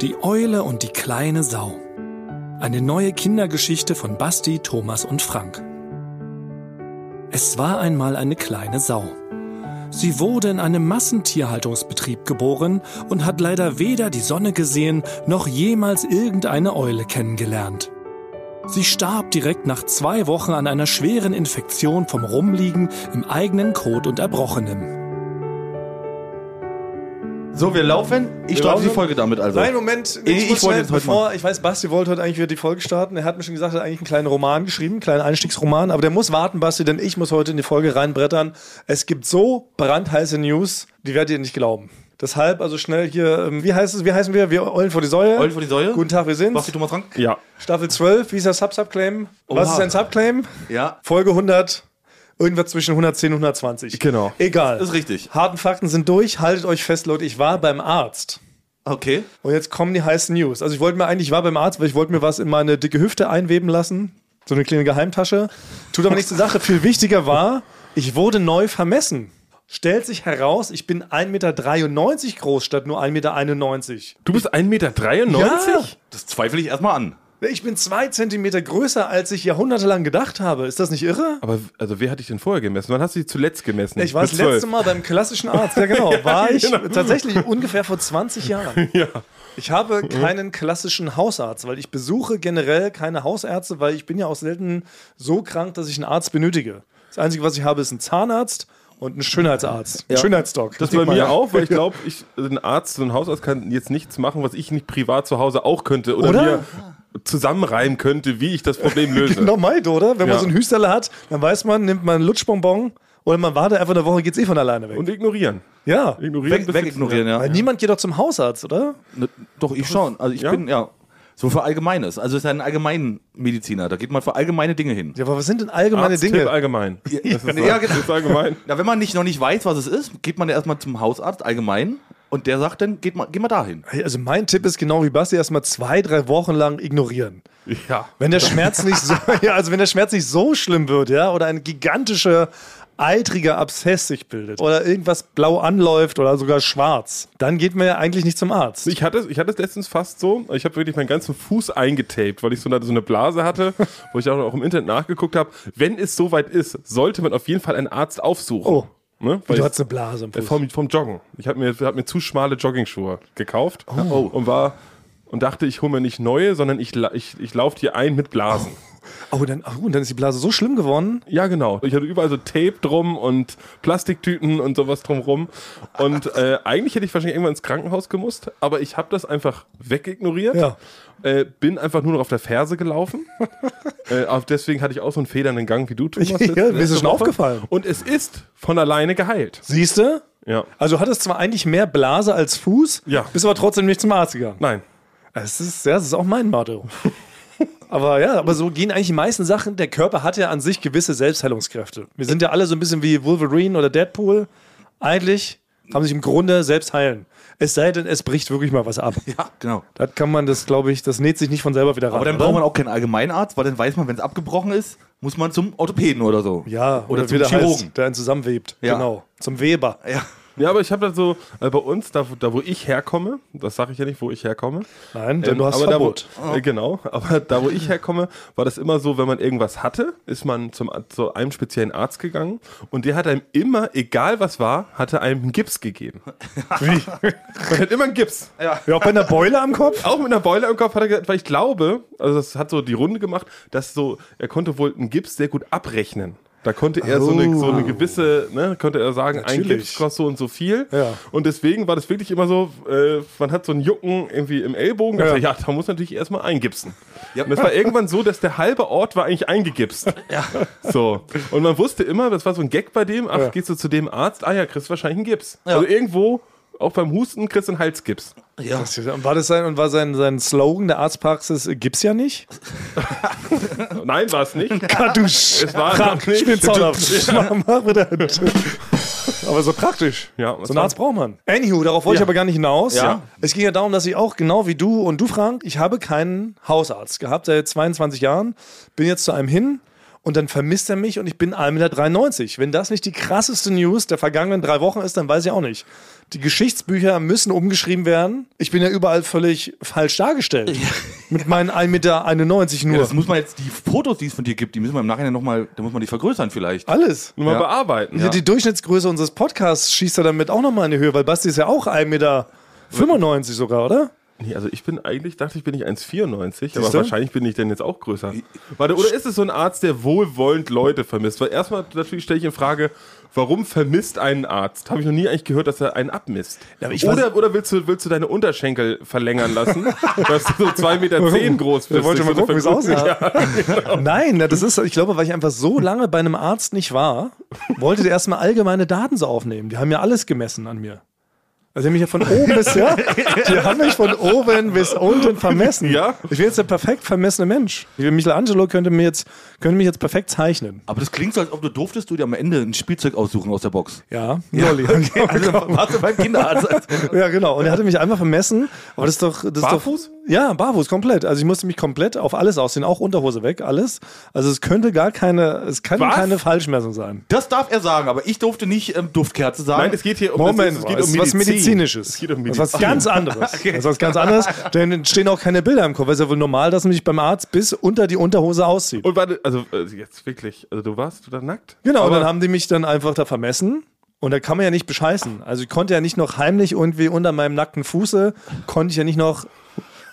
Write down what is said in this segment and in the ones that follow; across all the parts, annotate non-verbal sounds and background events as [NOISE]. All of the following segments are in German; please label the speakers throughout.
Speaker 1: Die Eule und die kleine Sau. Eine neue Kindergeschichte von Basti, Thomas und Frank. Es war einmal eine kleine Sau. Sie wurde in einem Massentierhaltungsbetrieb geboren und hat leider weder die Sonne gesehen noch jemals irgendeine Eule kennengelernt. Sie starb direkt nach zwei Wochen an einer schweren Infektion vom Rumliegen im eigenen Kot und Erbrochenem.
Speaker 2: So, wir laufen. Ich
Speaker 3: Wir
Speaker 2: starte die
Speaker 3: laufen.
Speaker 2: Folge damit also.
Speaker 3: Nein, Moment.
Speaker 2: Nee,
Speaker 3: Ich,
Speaker 2: ich
Speaker 3: muss
Speaker 2: wollte
Speaker 3: schnell,
Speaker 2: jetzt heute
Speaker 3: bevor, ich weiß, Basti wollte heute eigentlich wieder die Folge starten. Er hat mir schon gesagt, er hat eigentlich einen kleinen Roman geschrieben, einen kleinen Einstiegsroman. Aber der muss warten, Basti, denn ich muss heute in die Folge reinbrettern. Es gibt so brandheiße News, die werdet ihr nicht glauben. Deshalb also schnell hier, ähm, wie heißt es, wie heißen wir? Wir Eulen vor die Säule.
Speaker 2: Eulen vor die Säule.
Speaker 3: Guten Tag, wir sind.
Speaker 2: Machst du Thomas Frank?
Speaker 4: Ja.
Speaker 3: Staffel 12, wie ist das Sub-Sub-Claim? Was
Speaker 2: Oha.
Speaker 3: ist ein Subclaim?
Speaker 2: Ja.
Speaker 3: Folge 100. Irgendwas zwischen 110 und 120.
Speaker 4: Genau.
Speaker 3: Egal.
Speaker 2: Das ist richtig.
Speaker 3: Harten Fakten sind durch. Haltet euch fest, Leute. Ich war beim Arzt.
Speaker 2: Okay.
Speaker 3: Und jetzt kommen die heißen News. Also ich wollte mir eigentlich, ich war beim Arzt, weil ich wollte mir was in meine dicke Hüfte einweben lassen. So eine kleine Geheimtasche. Tut aber nichts zur Sache. Viel wichtiger war, ich wurde neu vermessen. Stellt sich heraus, ich bin 1,93 Meter groß statt nur 1,91 Meter.
Speaker 4: Du bist 1,93 Meter?
Speaker 2: Das zweifle ich erstmal an.
Speaker 3: Ja, ich bin zwei Zentimeter größer, als ich jahrhundertelang gedacht habe. Ist das nicht irre?
Speaker 4: Aber also wer hat dich denn vorher gemessen? Wann hast du dich zuletzt gemessen?
Speaker 3: Ich war das
Speaker 4: Mit
Speaker 3: letzte
Speaker 4: 12.
Speaker 3: Mal beim klassischen Arzt, [LAUGHS] ja genau, war ich
Speaker 4: genau.
Speaker 3: tatsächlich ungefähr vor 20 Jahren. Ich
Speaker 4: Mhm.
Speaker 3: habe keinen klassischen Hausarzt, weil ich besuche generell keine Hausärzte, weil ich bin ja auch selten so krank, dass ich einen Arzt benötige. Das Einzige, was ich habe, ist ein Zahnarzt und einen Schönheitsarzt. Ja. Schönheitsdoc.
Speaker 4: Das bei mir
Speaker 3: [LAUGHS]
Speaker 4: auch, weil ich glaube, ich, also ein Arzt, so ein Hausarzt kann jetzt nichts machen, was ich nicht privat zu Hause auch könnte oder,
Speaker 3: Oder?
Speaker 4: mir zusammenreimen könnte, wie ich
Speaker 3: [LAUGHS]
Speaker 4: das Problem löse.
Speaker 3: Normal, oder? Wenn man
Speaker 4: Ja.
Speaker 3: so einen Hüsterle hat, dann weiß man, nimmt man einen Lutschbonbon oder man wartet einfach eine Woche, geht's eh von alleine weg.
Speaker 4: Und ignorieren.
Speaker 3: ja.
Speaker 4: Ignorieren. bis jetzt-
Speaker 2: Wegignorieren, ja.
Speaker 3: Weil niemand geht doch zum Hausarzt, oder?
Speaker 2: Ne, Doch, ich schon. Also ich
Speaker 4: ja?
Speaker 2: bin, ja. So für Allgemeines. Also ist ja ein Allgemeinmediziner. Da geht man für allgemeine Dinge hin.
Speaker 3: Ja, aber was sind denn allgemeine
Speaker 4: Arzttipp
Speaker 3: Dinge?
Speaker 4: allgemein. Das ist,
Speaker 2: Ja,
Speaker 4: ja,
Speaker 2: genau.
Speaker 4: das ist allgemein.
Speaker 2: Na, wenn man nicht, noch nicht weiß, was es ist, geht man ja erstmal zum Hausarzt allgemein und der sagt dann, geht mal, geh mal dahin.
Speaker 3: Also mein Tipp ist genau wie Basti, erstmal zwei, drei Wochen lang ignorieren.
Speaker 4: Ja.
Speaker 3: Wenn der Schmerz nicht so, [LAUGHS] ja, also wenn der Schmerz nicht so schlimm wird, ja, oder ein gigantischer eitriger Abszess sich bildet oder irgendwas blau anläuft oder sogar schwarz, dann geht man ja eigentlich nicht zum Arzt.
Speaker 4: Ich hatte, ich hatte es letztens fast so. Ich habe wirklich meinen ganzen Fuß eingetaped, weil ich so eine, so eine Blase hatte, [LAUGHS] wo ich auch, auch im Internet nachgeguckt habe. Wenn es soweit ist, sollte man auf jeden Fall einen Arzt aufsuchen.
Speaker 3: Oh.
Speaker 4: Ne? Weil
Speaker 3: du
Speaker 4: ich-
Speaker 3: hast eine Blase im
Speaker 4: Äh,
Speaker 3: Fuß.
Speaker 4: Vom, vom Joggen. Ich habe mir, hab mir zu schmale Joggingschuhe gekauft
Speaker 3: Oh.
Speaker 4: und war und dachte, ich hole mir nicht neue, sondern ich, la- ich, ich laufe die ein mit Blasen.
Speaker 3: Oh, dann, oh, und dann ist die Blase so schlimm geworden.
Speaker 4: Ja, genau. Ich hatte überall so Tape drum und Plastiktüten und sowas drumrum. Und äh, eigentlich hätte ich wahrscheinlich irgendwann ins Krankenhaus gemusst, aber ich habe das einfach wegignoriert.
Speaker 3: Ja.
Speaker 4: Äh, bin einfach nur noch auf der
Speaker 3: [LAUGHS]
Speaker 4: Ferse gelaufen. äh, auch deswegen hatte ich auch so einen federnden Gang wie du, Thomas.
Speaker 3: Ja,
Speaker 4: jetzt
Speaker 3: mir ist
Speaker 4: letzte
Speaker 3: es schon
Speaker 4: Woche.
Speaker 3: aufgefallen.
Speaker 4: Und es ist von alleine geheilt.
Speaker 3: Siehst du?
Speaker 4: Ja.
Speaker 3: Also du hattest zwar eigentlich mehr Blase als Fuß,
Speaker 4: Ja.
Speaker 3: bist aber trotzdem nicht zum Arzt gegangen.
Speaker 4: Nein.
Speaker 3: Das ist, ja, das ist auch
Speaker 2: [LAUGHS]
Speaker 3: mein Motto. aber ja, aber so gehen eigentlich die meisten Sachen. Der Körper hat ja an sich gewisse Selbstheilungskräfte. Wir sind ja alle so ein bisschen wie Wolverine oder Deadpool. Eigentlich haben sich im Grunde selbst heilen. Es sei denn, es bricht wirklich mal was ab.
Speaker 2: [LAUGHS] Ja, genau.
Speaker 3: Das kann man, das glaube ich, das näht sich nicht von selber wieder ran.
Speaker 2: Aber dann
Speaker 3: oder?
Speaker 2: braucht man auch keinen Allgemeinarzt, weil dann weiß man, wenn es abgebrochen ist, muss man zum Orthopäden oder so.
Speaker 3: ja,
Speaker 2: oder,
Speaker 3: oder,
Speaker 2: zum
Speaker 3: wieder
Speaker 2: Chirurgen.
Speaker 3: Heißt, der einen zusammenwebt.
Speaker 2: Ja.
Speaker 3: Genau. Zum Weber.
Speaker 2: Ja.
Speaker 4: Ja, aber ich habe das so, äh, bei uns, da, wo- da wo ich herkomme, das sage ich ja nicht, wo ich herkomme.
Speaker 3: Nein, denn
Speaker 4: Ähm,
Speaker 3: du hast
Speaker 4: aber da, wo,
Speaker 3: Verbot.
Speaker 4: äh, Genau, aber da wo ich herkomme, war das immer so, wenn man irgendwas hatte, ist man zum, zu einem speziellen Arzt gegangen und der hat einem immer, egal was war, hatte einem einen
Speaker 3: [LAUGHS]
Speaker 4: Gips gegeben. Man hat immer einen Gips.
Speaker 3: Ja, auch bei einer Beule am Kopf?
Speaker 4: Auch mit einer Beule im Kopf hat er gesagt, weil ich glaube, also das hat so die Runde gemacht, dass so, er konnte wohl einen Gips sehr gut abrechnen. Da konnte er so, eine, so eine gewisse, ne, konnte er sagen, ein
Speaker 3: Oh. Natürlich.
Speaker 4: Gips kostet so und so viel.
Speaker 3: Ja.
Speaker 4: Und deswegen war das wirklich immer so, äh, man hat so einen Jucken irgendwie im Ellbogen. Ja, ja da muss natürlich erstmal eingipsen. Und das war irgendwann so, dass der halbe Ort war eigentlich eingegipst. Ja. So. Und man wusste immer, das war so ein Gag bei dem, ach,
Speaker 3: Ja.
Speaker 4: gehst du zu dem Arzt, ah ja, kriegst wahrscheinlich einen Gips. Also irgendwo, auch beim Husten, kriegst du einen Halsgips.
Speaker 2: ja.
Speaker 3: Und war das sein, und war sein, sein Slogan der Arztpraxis, äh, gibt's ja nicht?
Speaker 4: Nein, war es nicht.
Speaker 3: Kartusch.
Speaker 4: Es war noch nicht.
Speaker 3: Ah, Ich bin zauberhaft. [LAUGHS] Mach- mach wieder. Aber so praktisch.
Speaker 4: Ja,
Speaker 3: so einen Arzt braucht man. Anywho, darauf wollte ich aber gar nicht hinaus.
Speaker 2: Ja.
Speaker 3: Es ging ja darum, dass ich auch, genau wie du und du, Frank, ich habe keinen Hausarzt gehabt seit 22 Jahren. Bin jetzt zu einem hin Und dann vermisst er mich und ich bin 1,93 Meter. Wenn das nicht die krasseste News der vergangenen drei Wochen ist, dann weiß ich auch nicht. Die Geschichtsbücher müssen umgeschrieben werden. Ich bin ja überall völlig falsch dargestellt. Mit meinen 1,91 Meter nur.
Speaker 2: Ja, das muss man jetzt, die Fotos, die es von dir gibt, die müssen wir im Nachhinein nochmal, da muss man die vergrößern vielleicht.
Speaker 3: Alles.
Speaker 4: Nur mal
Speaker 2: Ja.
Speaker 4: bearbeiten.
Speaker 3: Ja. Die Durchschnittsgröße unseres Podcasts schießt er damit auch nochmal in die Höhe, weil Basti ist ja auch 1,95 Meter sogar, oder?
Speaker 4: Nee, also ich bin eigentlich, dachte ich, bin ich 1,94, aber
Speaker 3: Siehst du?
Speaker 4: wahrscheinlich bin ich denn jetzt auch größer. Warte, oder ist es so ein Arzt, der wohlwollend Leute vermisst? Weil erstmal natürlich stelle ich in Frage, warum vermisst einen Arzt? Habe ich noch nie eigentlich gehört, dass er einen abmisst.
Speaker 3: aber ich
Speaker 4: oder oder willst, du, willst du deine Unterschenkel
Speaker 3: [LAUGHS]
Speaker 4: verlängern lassen, dass du so 2,10 Meter zehn groß bist?
Speaker 3: Ich wollte mal
Speaker 4: Das
Speaker 3: gucken, wie es
Speaker 4: wird
Speaker 3: aussieht.
Speaker 4: vergrößert.
Speaker 3: Nein, na, das ist, ich glaube, weil ich einfach so lange bei einem Arzt nicht war, wollte der erstmal allgemeine Daten so aufnehmen. Die haben ja alles gemessen an mir. Also die haben mich ja von oben bis ja, die haben mich von oben bis unten vermessen.
Speaker 4: Ja.
Speaker 3: Ich bin jetzt der perfekt vermessene Mensch. Ich bin Michelangelo könnte mir jetzt könnte mich jetzt perfekt zeichnen.
Speaker 2: Aber das klingt so, als ob du durftest du dir am Ende ein Spielzeug aussuchen aus der Box.
Speaker 3: Ja,
Speaker 2: [LAUGHS]
Speaker 3: Lolli.
Speaker 2: Also warst du beim Kinderarzt.
Speaker 3: [LAUGHS] Ja, genau. Und er hatte mich einfach vermessen. Aber das ist doch. Das Ist
Speaker 4: Barfuß?
Speaker 3: doch, ja, barfuß, komplett. Also ich musste mich komplett auf alles aussehen, auch Unterhose weg, alles. Also es könnte gar keine, es kann
Speaker 4: Was?
Speaker 3: keine Falschmessung sein.
Speaker 2: Das darf er sagen, aber ich durfte nicht ähm, Duftkerze sagen.
Speaker 4: Nein, es geht hier um,
Speaker 3: Moment,
Speaker 4: es
Speaker 3: es
Speaker 4: geht um
Speaker 3: ist was Medizinisches.
Speaker 4: Es geht um
Speaker 3: Das
Speaker 4: Medizin.
Speaker 3: ist was
Speaker 4: [LAUGHS]
Speaker 3: ganz anderes. Das ist was ganz anderes. Denn stehen auch keine Bilder im Kopf. Es ist ja wohl normal, dass man sich beim Arzt bis unter die Unterhose auszieht.
Speaker 4: Und warte, also äh, jetzt wirklich, also du warst du da nackt?
Speaker 3: Genau, und
Speaker 4: Aber-
Speaker 3: dann haben die mich dann einfach da vermessen. Und da kann man ja nicht bescheißen. Also ich konnte ja nicht noch heimlich irgendwie unter meinem nackten Fuße, konnte ich ja nicht noch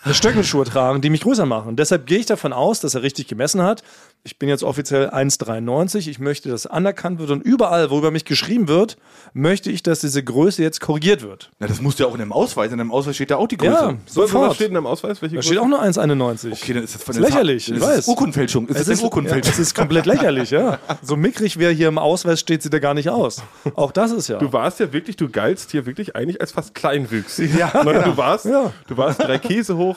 Speaker 3: eine Stöckelschuhe tragen, die mich größer machen. Und deshalb gehe ich davon aus, dass er richtig gemessen hat. Ich bin jetzt offiziell 1,93. Ich möchte, dass anerkannt wird. Und überall, wo über mich geschrieben wird, möchte ich, dass diese Größe jetzt korrigiert wird.
Speaker 2: Na, das musst du ja auch in einem Ausweis. In einem Ausweis steht ja auch die Größe.
Speaker 3: Ja,
Speaker 4: so, was
Speaker 3: sofort.
Speaker 4: steht denn am Ausweis? Welche
Speaker 3: Da steht auch nur 1,91.
Speaker 2: Okay, dann ist das von
Speaker 3: Ist lächerlich,
Speaker 2: Das
Speaker 3: ich
Speaker 2: ist
Speaker 3: weiß.
Speaker 2: Urkundenfälschung. Es ist, eine
Speaker 3: ja,
Speaker 2: Urkundenfälschung. [LAUGHS]
Speaker 3: es ist komplett lächerlich, ja. So mickrig, wer hier im Ausweis steht, sieht er gar nicht aus. Auch das ist ja.
Speaker 4: Du warst ja wirklich, du galtst hier wirklich eigentlich als fast kleinwüchsig.
Speaker 3: Ja,
Speaker 4: Ne, du warst,
Speaker 3: Ja.
Speaker 4: du warst drei Käse hoch,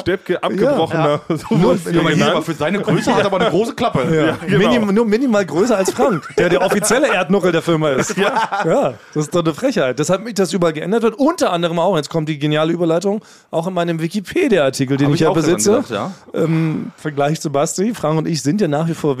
Speaker 4: Steppke abgebrochener, so
Speaker 3: Nur-
Speaker 4: wurdest du
Speaker 2: Ja, aber hier, aber
Speaker 4: genannt.
Speaker 2: für seine Größe hat er aber eine große Klappe.
Speaker 3: [LAUGHS] Ja,
Speaker 4: genau.
Speaker 3: Minim, nur minimal größer als Frank, der der offizielle Erdnuckel der Firma ist. Ja. das ist doch eine Frechheit. Deshalb mich das überall geändert wird. Unter anderem auch, jetzt kommt die geniale Überleitung, auch in meinem Wikipedia-Artikel, den
Speaker 2: Hab
Speaker 3: ich, ja
Speaker 2: auch daran
Speaker 3: besitze.
Speaker 2: gedacht, ja.
Speaker 3: Im Vergleich zu Basti, Frank und ich sind ja nach wie vor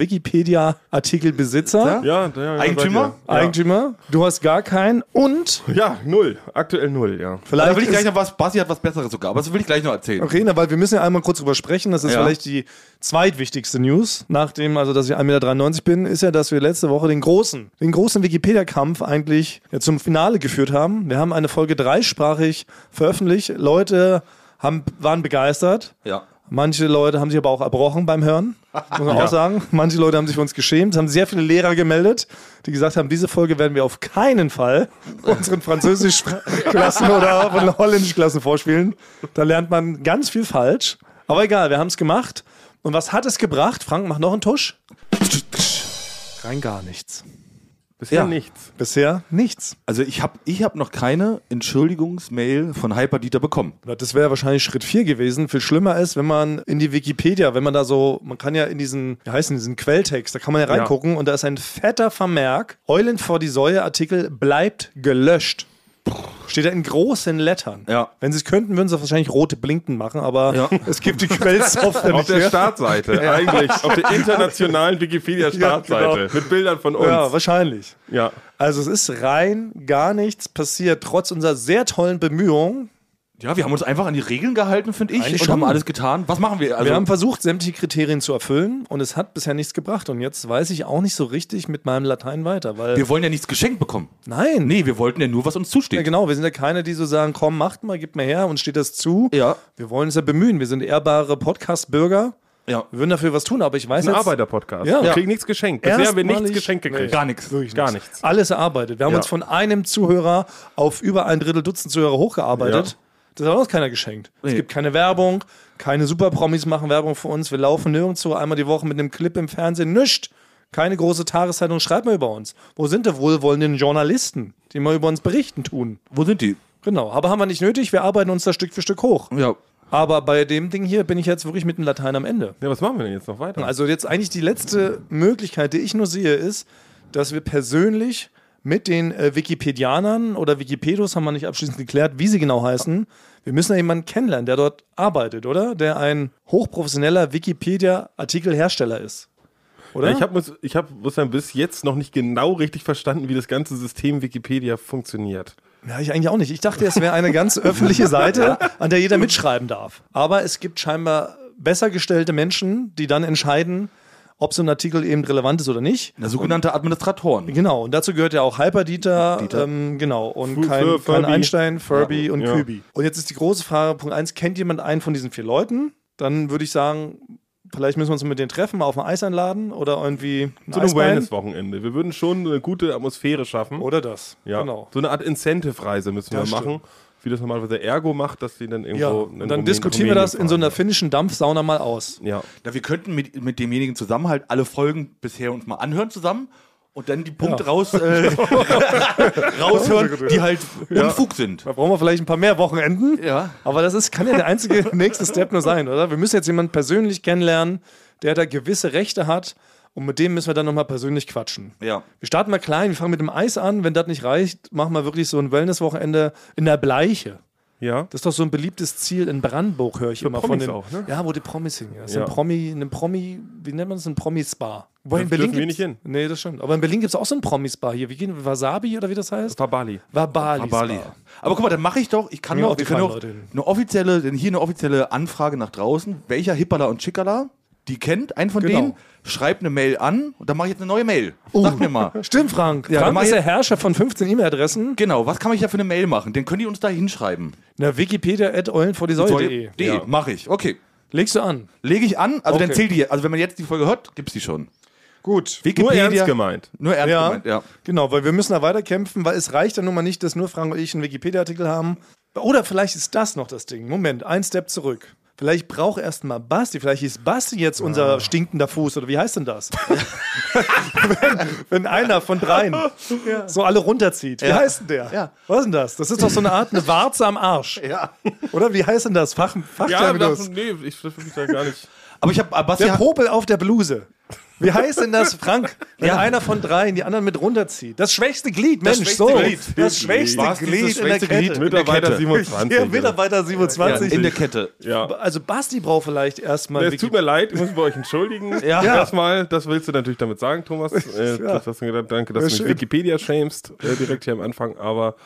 Speaker 3: Wikipedia-Artikelbesitzer,
Speaker 4: Ja, ja, ja,
Speaker 2: Eigentümer?
Speaker 3: Eigentümer. Du hast gar keinen und
Speaker 4: seid ihr. Ja, null. Aktuell null, ja.
Speaker 3: vielleicht
Speaker 2: Da will ich
Speaker 3: ist-
Speaker 2: gleich noch was, Basti hat was Besseres sogar, aber das will ich gleich noch erzählen.
Speaker 3: Okay, na, weil wir müssen ja einmal kurz drüber sprechen. Das ist
Speaker 2: Ja.
Speaker 3: vielleicht die zweitwichtigste News, nachdem, also dass ich 1,93 Meter bin, ist ja, dass wir letzte Woche den großen, den großen Wikipedia-Kampf eigentlich ja, zum Finale geführt haben. Wir haben eine Folge dreisprachig veröffentlicht. Leute haben, waren begeistert.
Speaker 2: Ja.
Speaker 3: Manche Leute haben sich aber auch erbrochen beim Hören, muss man auch sagen. Manche Leute haben sich für uns geschämt. Es haben sehr viele Lehrer gemeldet, die gesagt haben, diese Folge werden wir auf keinen Fall [LAUGHS] unseren Französischklassen oder von Holländischklassen vorspielen. Da lernt man ganz viel falsch. Aber egal, wir haben es gemacht. Und was hat es gebracht? Frank, mach noch einen Tusch. Rein gar nichts.
Speaker 4: Bisher
Speaker 2: Ja.
Speaker 4: nichts.
Speaker 3: Bisher nichts.
Speaker 2: Also ich habe ich hab noch keine Entschuldigungsmail von Hyperdieter bekommen.
Speaker 3: Na, Das wäre wahrscheinlich Schritt 4 gewesen. Viel schlimmer ist, wenn man in die Wikipedia, wenn man da so, man kann ja in diesen, wie heißt denn, diesen Quelltext, da kann man ja reingucken und da ist ein fetter Vermerk, Eulen vor die Säue Artikel bleibt gelöscht. Steht da in großen Lettern.
Speaker 2: Ja.
Speaker 3: Wenn sie es könnten, würden sie wahrscheinlich rote Blinken machen, aber
Speaker 2: Ja.
Speaker 3: [LAUGHS] es gibt die Quellsoftware
Speaker 4: Auf
Speaker 3: nicht
Speaker 4: der
Speaker 3: mehr.
Speaker 4: Startseite, eigentlich. Auf der internationalen Wikipedia-Startseite.
Speaker 3: Ja, genau.
Speaker 4: Mit Bildern von uns.
Speaker 3: Ja, wahrscheinlich.
Speaker 4: Ja.
Speaker 3: Also es ist rein gar nichts passiert, trotz unserer sehr tollen Bemühungen.
Speaker 2: Ja, wir haben uns einfach an die Regeln gehalten, finde ich,
Speaker 3: Eigentlich
Speaker 2: und
Speaker 3: schon.
Speaker 2: haben alles getan. Was machen wir? Also,
Speaker 3: Wir haben versucht, sämtliche Kriterien zu erfüllen und es hat bisher nichts gebracht. Und jetzt weiß ich auch nicht so richtig mit meinem Latein weiter, weil.
Speaker 2: wir wollen ja nichts geschenkt bekommen.
Speaker 3: nein!
Speaker 2: Nee, wir wollten ja nur, was uns
Speaker 3: Ja,
Speaker 2: zusteht.
Speaker 3: genau, wir sind ja keine, die so sagen, komm, macht mal, gib mal her und steht das zu.
Speaker 2: Ja.
Speaker 3: Wir wollen uns ja bemühen. Wir sind ehrbare Podcast-Bürger.
Speaker 2: Ja. genau.
Speaker 3: Wir würden dafür was tun, aber ich weiß
Speaker 4: Ein
Speaker 3: jetzt.
Speaker 4: Arbeiter-Podcast.
Speaker 3: Ja.
Speaker 4: Wir kriegen nichts geschenkt. Bisher haben wir nichts
Speaker 3: Erstmalig-
Speaker 4: geschenkt gekriegt.
Speaker 2: Gar nichts.
Speaker 3: Wirklich
Speaker 4: Gar nichts.
Speaker 3: Alles erarbeitet. Wir haben
Speaker 4: Ja.
Speaker 3: uns von einem Zuhörer auf über ein Drittel Dutzend Zuhörer hochgearbeitet.
Speaker 4: Ja.
Speaker 3: Das hat uns keiner geschenkt. Es
Speaker 2: Nee.
Speaker 3: gibt keine Werbung, keine Superpromis machen Werbung für uns. Wir laufen nirgendwo einmal die Woche mit einem Clip im Fernsehen. Nischt. Keine große Tageszeitung schreibt mal über uns. Wo sind die wohlwollenden Journalisten, die mal über uns berichten tun?
Speaker 2: Wo sind die?
Speaker 3: Genau, aber haben wir nicht nötig. Wir arbeiten uns da Stück für Stück hoch.
Speaker 2: Ja.
Speaker 3: Aber bei dem Ding hier bin ich jetzt wirklich mit dem Latein am Ende.
Speaker 4: Ja, was machen wir denn jetzt noch weiter?
Speaker 3: Also jetzt eigentlich die letzte Möglichkeit, die ich nur sehe, ist, dass wir persönlich mit den äh, Wikipedianern oder Wikipedos haben wir nicht abschließend geklärt, wie sie genau heißen. Wir müssen ja jemanden kennenlernen, der dort arbeitet, oder? Der ein hochprofessioneller Wikipedia-Artikelhersteller ist. oder?
Speaker 4: Ich habe ich hab, muss sagen, bis jetzt noch nicht genau richtig verstanden, wie das ganze System Wikipedia funktioniert.
Speaker 3: Ja, ich eigentlich auch nicht. Ich dachte, es wäre eine ganz öffentliche Seite, an der jeder mitschreiben darf. Aber es gibt scheinbar besser gestellte Menschen, die dann entscheiden, ob so ein Artikel eben relevant ist oder nicht.
Speaker 2: Na, sogenannte Administratoren.
Speaker 3: Genau, und dazu gehört ja auch Hyperdieter,
Speaker 2: Dieter.
Speaker 3: ähm, genau, und
Speaker 4: Fu-
Speaker 3: kein,
Speaker 4: Fu-
Speaker 3: kein
Speaker 4: Furby.
Speaker 3: Einstein, Furby und
Speaker 4: ja.
Speaker 3: Kübi. Und jetzt ist die große Frage, Punkt 1, kennt jemand einen von diesen vier Leuten? Dann würde ich sagen, vielleicht müssen wir uns mit denen treffen, mal auf ein Eis einladen oder irgendwie ein
Speaker 4: So ein
Speaker 3: Eisbein.
Speaker 4: Wellness-Wochenende. Wir würden schon eine gute Atmosphäre schaffen.
Speaker 3: Oder das,
Speaker 4: ja.
Speaker 3: genau.
Speaker 4: So eine Art Incentive-Reise müssen
Speaker 3: Das
Speaker 4: wir machen. Wie das normalerweise Ergo macht, dass die dann irgendwo.
Speaker 3: Ja,
Speaker 4: in
Speaker 3: und dann
Speaker 4: Rumänien-
Speaker 3: diskutieren wir das in so einer
Speaker 4: fahren.
Speaker 3: finnischen Dampfsauna mal aus.
Speaker 4: Ja.
Speaker 2: Ja, wir könnten mit, mit demjenigen zusammen halt alle Folgen bisher uns mal anhören zusammen und dann die Punkte
Speaker 3: Ja.
Speaker 2: raus, äh, [LAUGHS] raushören, die halt Unfug sind.
Speaker 3: Da brauchen wir vielleicht ein paar mehr Wochenenden.
Speaker 2: Ja.
Speaker 3: Aber das ist, kann ja der einzige
Speaker 4: [LAUGHS]
Speaker 3: nächste Step nur sein, oder? Wir müssen jetzt jemanden persönlich kennenlernen, der da gewisse Rechte hat. Und mit dem müssen wir dann nochmal persönlich quatschen.
Speaker 2: Ja.
Speaker 3: Wir starten mal klein, wir fangen mit dem Eis an. Wenn das nicht reicht, machen wir wirklich so ein Wellness-Wochenende in der Bleiche.
Speaker 4: Ja.
Speaker 3: Das ist doch so ein beliebtes Ziel in Brandenburg, höre ich immer von
Speaker 4: Promis
Speaker 3: den.
Speaker 4: auch, ne?
Speaker 3: Ja, wo die Promis hingehen. Das ist
Speaker 4: Ja.
Speaker 3: ein Promi, ein Promi, wie nennt man das? Ein Promi-Spa. Wo
Speaker 4: Da dürfen wir
Speaker 3: gibt's-
Speaker 4: nicht hin.
Speaker 3: Nee, das stimmt. Aber in Berlin gibt es auch so ein Promi-Spa hier. Wie gehen Wasabi oder wie das heißt?
Speaker 4: Fabali.
Speaker 3: Wabali.
Speaker 2: Bali. Aber guck mal, dann mache ich doch, ich kann
Speaker 3: Ja,
Speaker 2: doch,
Speaker 3: die
Speaker 2: wir können
Speaker 3: feinen
Speaker 2: doch
Speaker 3: Leute hin.
Speaker 2: eine offizielle, denn hier eine offizielle Anfrage nach draußen, welcher Hippala und Chickala die kennt, einen von
Speaker 3: Genau. Oh.
Speaker 2: denen, schreibt eine Mail an und dann mache ich jetzt eine neue Mail. Sag mir mal.
Speaker 3: Stimmt, Frank.
Speaker 2: Ja,
Speaker 3: Frank
Speaker 2: mach
Speaker 3: ist
Speaker 2: ich-
Speaker 3: der Herrscher von 15 E-Mail-Adressen.
Speaker 2: Genau, was kann ich da für eine Mail machen? Den können die uns da hinschreiben.
Speaker 3: Na, wikipedia.eulenvordiesäule.de.
Speaker 2: De, mache ich. Okay.
Speaker 3: Legst du an.
Speaker 2: Lege ich an, also dann
Speaker 3: Okay.
Speaker 2: zählt die, also wenn man jetzt die Folge hört, gibt's die schon.
Speaker 3: Gut.
Speaker 4: Nur ernst gemeint.
Speaker 2: Nur ernst
Speaker 3: Ja,
Speaker 2: gemeint, ja.
Speaker 3: genau, weil wir müssen da weiterkämpfen, weil es reicht ja nun mal nicht, dass nur Frank und ich einen Wikipedia-Artikel haben. Oder vielleicht ist das noch das Ding. Moment, ein Step zurück. Vielleicht braucht erstmal Basti, vielleicht ist Basti jetzt
Speaker 2: Ah.
Speaker 3: unser stinkender Fuß oder wie heißt denn das? [LAUGHS] wenn, wenn einer von dreien so alle runterzieht. Wie heißt denn der?
Speaker 2: Ja.
Speaker 3: Was ist denn das? Das ist doch so eine Art eine Warze am Arsch.
Speaker 2: Ja.
Speaker 3: Oder wie heißt denn das? Fach,
Speaker 4: Ja,
Speaker 3: Fachterminus.
Speaker 4: das, nee, ich das will ich da gar nicht.
Speaker 2: Aber ich habe Basti,
Speaker 3: Der
Speaker 2: hat,
Speaker 3: Popel auf der Bluse. Wie heißt denn das, Frank? Wenn einer von dreien die anderen mit runterzieht. Das schwächste Glied, Mensch,
Speaker 2: schwächste
Speaker 3: so.
Speaker 2: Glied.
Speaker 3: Das schwächste
Speaker 2: Was ist das
Speaker 3: Glied in der
Speaker 2: schwächste
Speaker 3: Kette.
Speaker 2: Glied?
Speaker 4: Mitarbeiter
Speaker 2: Kette.
Speaker 4: 27.
Speaker 3: Ja, Mitarbeiter
Speaker 2: ja,
Speaker 3: 27.
Speaker 2: in der Kette.
Speaker 4: Ja.
Speaker 3: also Basti braucht vielleicht erstmal
Speaker 4: Es tut mir leid, ich muss bei euch entschuldigen.
Speaker 3: Ja.
Speaker 4: [LAUGHS] Erstmal, das willst du natürlich damit sagen, Thomas. Äh,
Speaker 3: Ja.
Speaker 4: das hast du gedacht, danke, dass
Speaker 3: Ja,
Speaker 4: du
Speaker 3: schön.
Speaker 4: mich Wikipedia schämst, äh, direkt hier am Anfang. Aber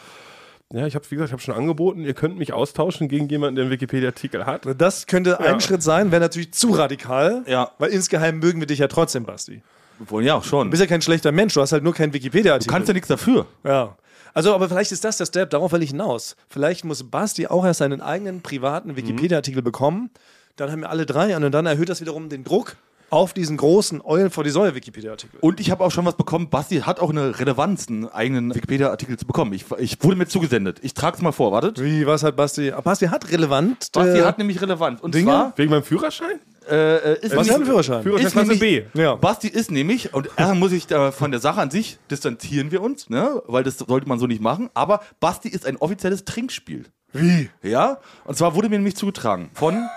Speaker 4: ja, ich habe, wie gesagt, ich habe schon angeboten, ihr könnt mich austauschen gegen jemanden, der einen Wikipedia-Artikel hat.
Speaker 3: Das könnte ein
Speaker 4: Ja.
Speaker 3: Schritt sein, wäre natürlich zu radikal.
Speaker 2: Ja.
Speaker 3: Weil insgeheim mögen wir dich ja trotzdem, Basti.
Speaker 2: Wohl, ja, schon.
Speaker 3: Du bist ja kein schlechter Mensch, du hast halt nur keinen
Speaker 2: Du
Speaker 3: Wikipedia-Artikel.
Speaker 2: kannst ja nichts dafür.
Speaker 3: Ja. Also, aber vielleicht ist das der Step, darauf will ich hinaus. Vielleicht muss Basti auch erst seinen eigenen privaten Wikipedia-Artikel bekommen. Dann haben wir alle drei an und dann erhöht das wiederum den Druck auf diesen großen Eulen vor die Säule Wikipedia-Artikel.
Speaker 2: Und ich habe auch schon was bekommen. Basti hat auch eine Relevanz, einen eigenen Wikipedia-Artikel zu bekommen. Ich, ich wurde mir zugesendet. Ich trage es mal vor, wartet.
Speaker 3: Wie, was hat Basti? Ah, Basti hat relevant.
Speaker 2: Basti
Speaker 3: äh,
Speaker 2: hat nämlich Relevanz. Und
Speaker 3: Dinge?
Speaker 2: zwar
Speaker 4: Wegen meinem Führerschein?
Speaker 2: äh, äh, ist
Speaker 3: was
Speaker 2: nämlich-
Speaker 3: hat einen Führerschein?
Speaker 4: Führerschein
Speaker 2: Ist nämlich-
Speaker 4: B.
Speaker 3: Ja.
Speaker 2: Basti ist nämlich, und
Speaker 3: [LAUGHS]
Speaker 2: erstmal muss ich da von der Sache an sich distanzieren wir uns, ne? weil das sollte man so nicht machen, aber Basti ist ein offizielles Trinkspiel.
Speaker 3: Wie?
Speaker 2: Ja? Und zwar wurde mir nämlich zugetragen von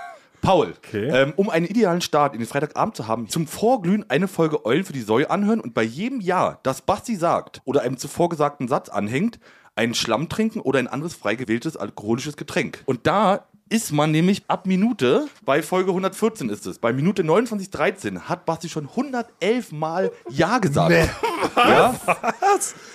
Speaker 2: Paul.
Speaker 4: Okay.
Speaker 2: Ähm, um einen idealen Start in den Freitagabend zu haben, zum Vorglühen eine Folge Eulen für die Säue anhören und bei jedem Ja, das Basti sagt oder einem zuvor gesagten Satz anhängt, einen Schlamm trinken oder ein anderes frei gewähltes alkoholisches Getränk. Und da ist man nämlich ab Minute, bei Folge 114 ist es, bei Minute 29.13 hat Basti schon 111 Mal Ja gesagt. Ja?